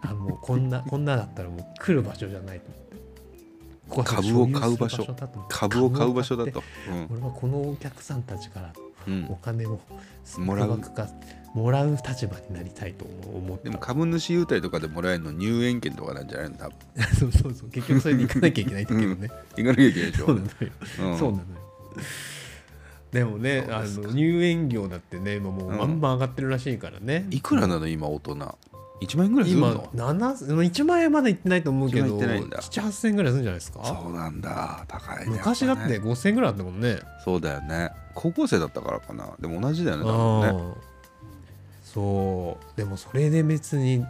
B: あもうこんなこんなだったらもう来る場所じゃないと思ってここは
A: 株を買う場所
B: 所有するだと思って
A: 株を買う場所だとうん
B: 俺はこのお客さんたちから
A: うん
B: お金を
A: もらう
B: 束縛かもらう立場になりたいと思思っ
A: で
B: た
A: も株主優待とかでもらえるの入園券とかなんじゃないの多分
B: そうそうそう結局それで行かなきゃいけないんだけど
A: [laughs]
B: ね、
A: 行かなきゃいけないでしょ
B: そうなのよ、
A: うん
B: そうなのよでもねあの入園料だってね今もう
A: うん
B: バンバン上がってるらしいからね、
A: いくらなの今大人1万円ぐらいする
B: 今
A: の
B: 1万円まで行ってないと思うけ
A: 一
B: ど
A: 万円行ってないんだ
B: 78000円ぐらいするんじゃないですか
A: そうなんだ高いね
B: 昔だ
A: や
B: っ
A: ぱね
B: て5000円ぐらいあったもんね
A: そうだよね高校生だったからかなでも同じだよね多分ね
B: ああそうでもそれで別に
A: うん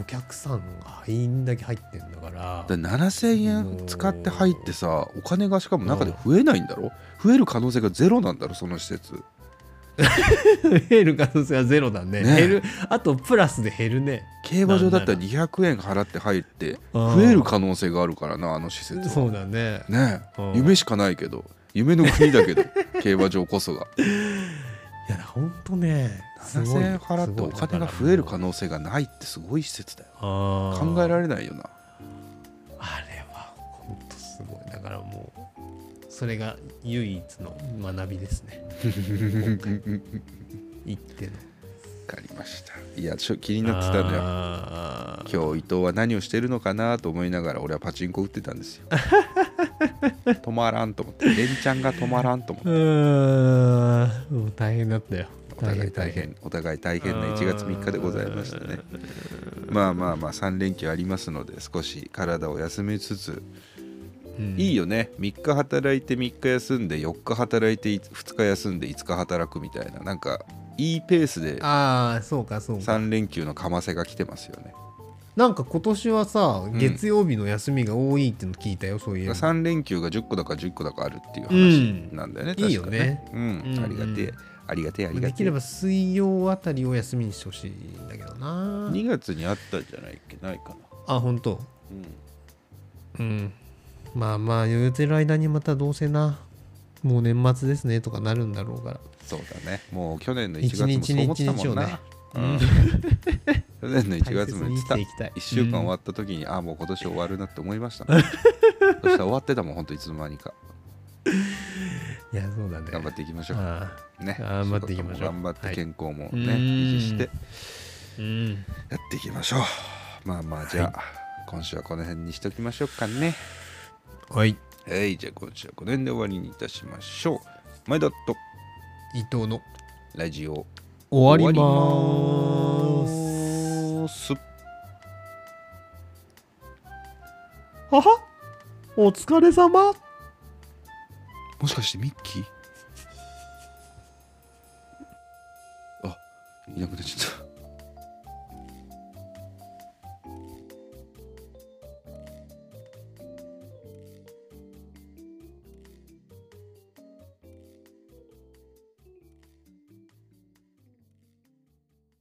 B: お客さんがいんだけ入ってんだから
A: で7000円使って入ってさお金がしかも中で増えないんだろ増える可能性がゼロなんだろその施設
B: 減る可能性はゼロだね
A: ねえ
B: 減るあとプラスで減るね
A: 競馬場だったら
B: なん
A: 200円払って入って
B: うん
A: 増える可能性があるからなあの施設は
B: そうだね
A: ね
B: うん
A: 夢しかないけど夢の国だけ
B: [laughs]
A: ど競馬場こそが
B: いやほんとねすごい
A: 7000円払ってお金が増える可能性がないってすごい施設だよ
B: あ
A: 考えられないよな
B: あれはほんとすごいだからもうそれが唯一の学びで
A: [laughs]
B: すね行っての
A: 分かりましたいやちょ気になってたんだよ
B: あー
A: 今日伊藤は何をしてるのかなと思いながら俺はパチンコ打ってたんですよ [laughs] 止まらんと思って連チャンが止まらんと思って
B: うーんもう大変だったよ
A: お互い大変お互い大変な1月3日でございましたねまあまあまあ3連休ありますので少し体を休めつついいよね3日働いて3日休んで4日働いて2日休んで5日働くみたいななんかいいペースで
B: ああそうかそうか
A: 3連休のかませが来てますよね
B: なんか今年はさ月曜日の休みが多いっての聞いたよそういえば
A: 3連休が10個だか10個だかあるっていう話なんだよね、
B: うんいいよ
A: 確かね
B: ね
A: うん
B: うん
A: ありがてえありがてえありが
B: で
A: て
B: き
A: え
B: れば水曜あたりを休みにしてほしいんだけどな
A: 2月にあったんじゃないっけないかな
B: あ本当
A: うん
B: うんまあまあ言うてる間にまたどうせなもう年末ですねとかなるんだろうから
A: そうだねもう去年の1
B: 一
A: 月も
B: 日
A: そう
B: に
A: 思っ
B: 一
A: てた
B: 日
A: も
B: を
A: んな、
B: ね
A: うん [laughs] 去年の1月も言ってた
B: 大切に生きていきたい
A: 1週間終わった時に、ああもう今年終わるなって思いましたも
B: [laughs]
A: んそしたら終わってたもん本当いつの間にか
B: いやそうだね
A: 頑張っていきましょう、
B: あ
A: ね
B: 頑張っていきましょう
A: 仕事も頑張って
B: はい
A: 健康もね、
B: うん
A: 維持して
B: あうん
A: やっていきましょうまあまあじゃあ、今週はこの辺にしときましょうかね
B: はい
A: はいじゃあ今週はこの辺で終わりにいたしましょう前田と
B: 伊藤の
A: ラジオ
B: 終わりま
A: 終わり
B: ーす
A: ます
B: ははお疲れ様
A: もしかしてミッキーあいなくなっちゃった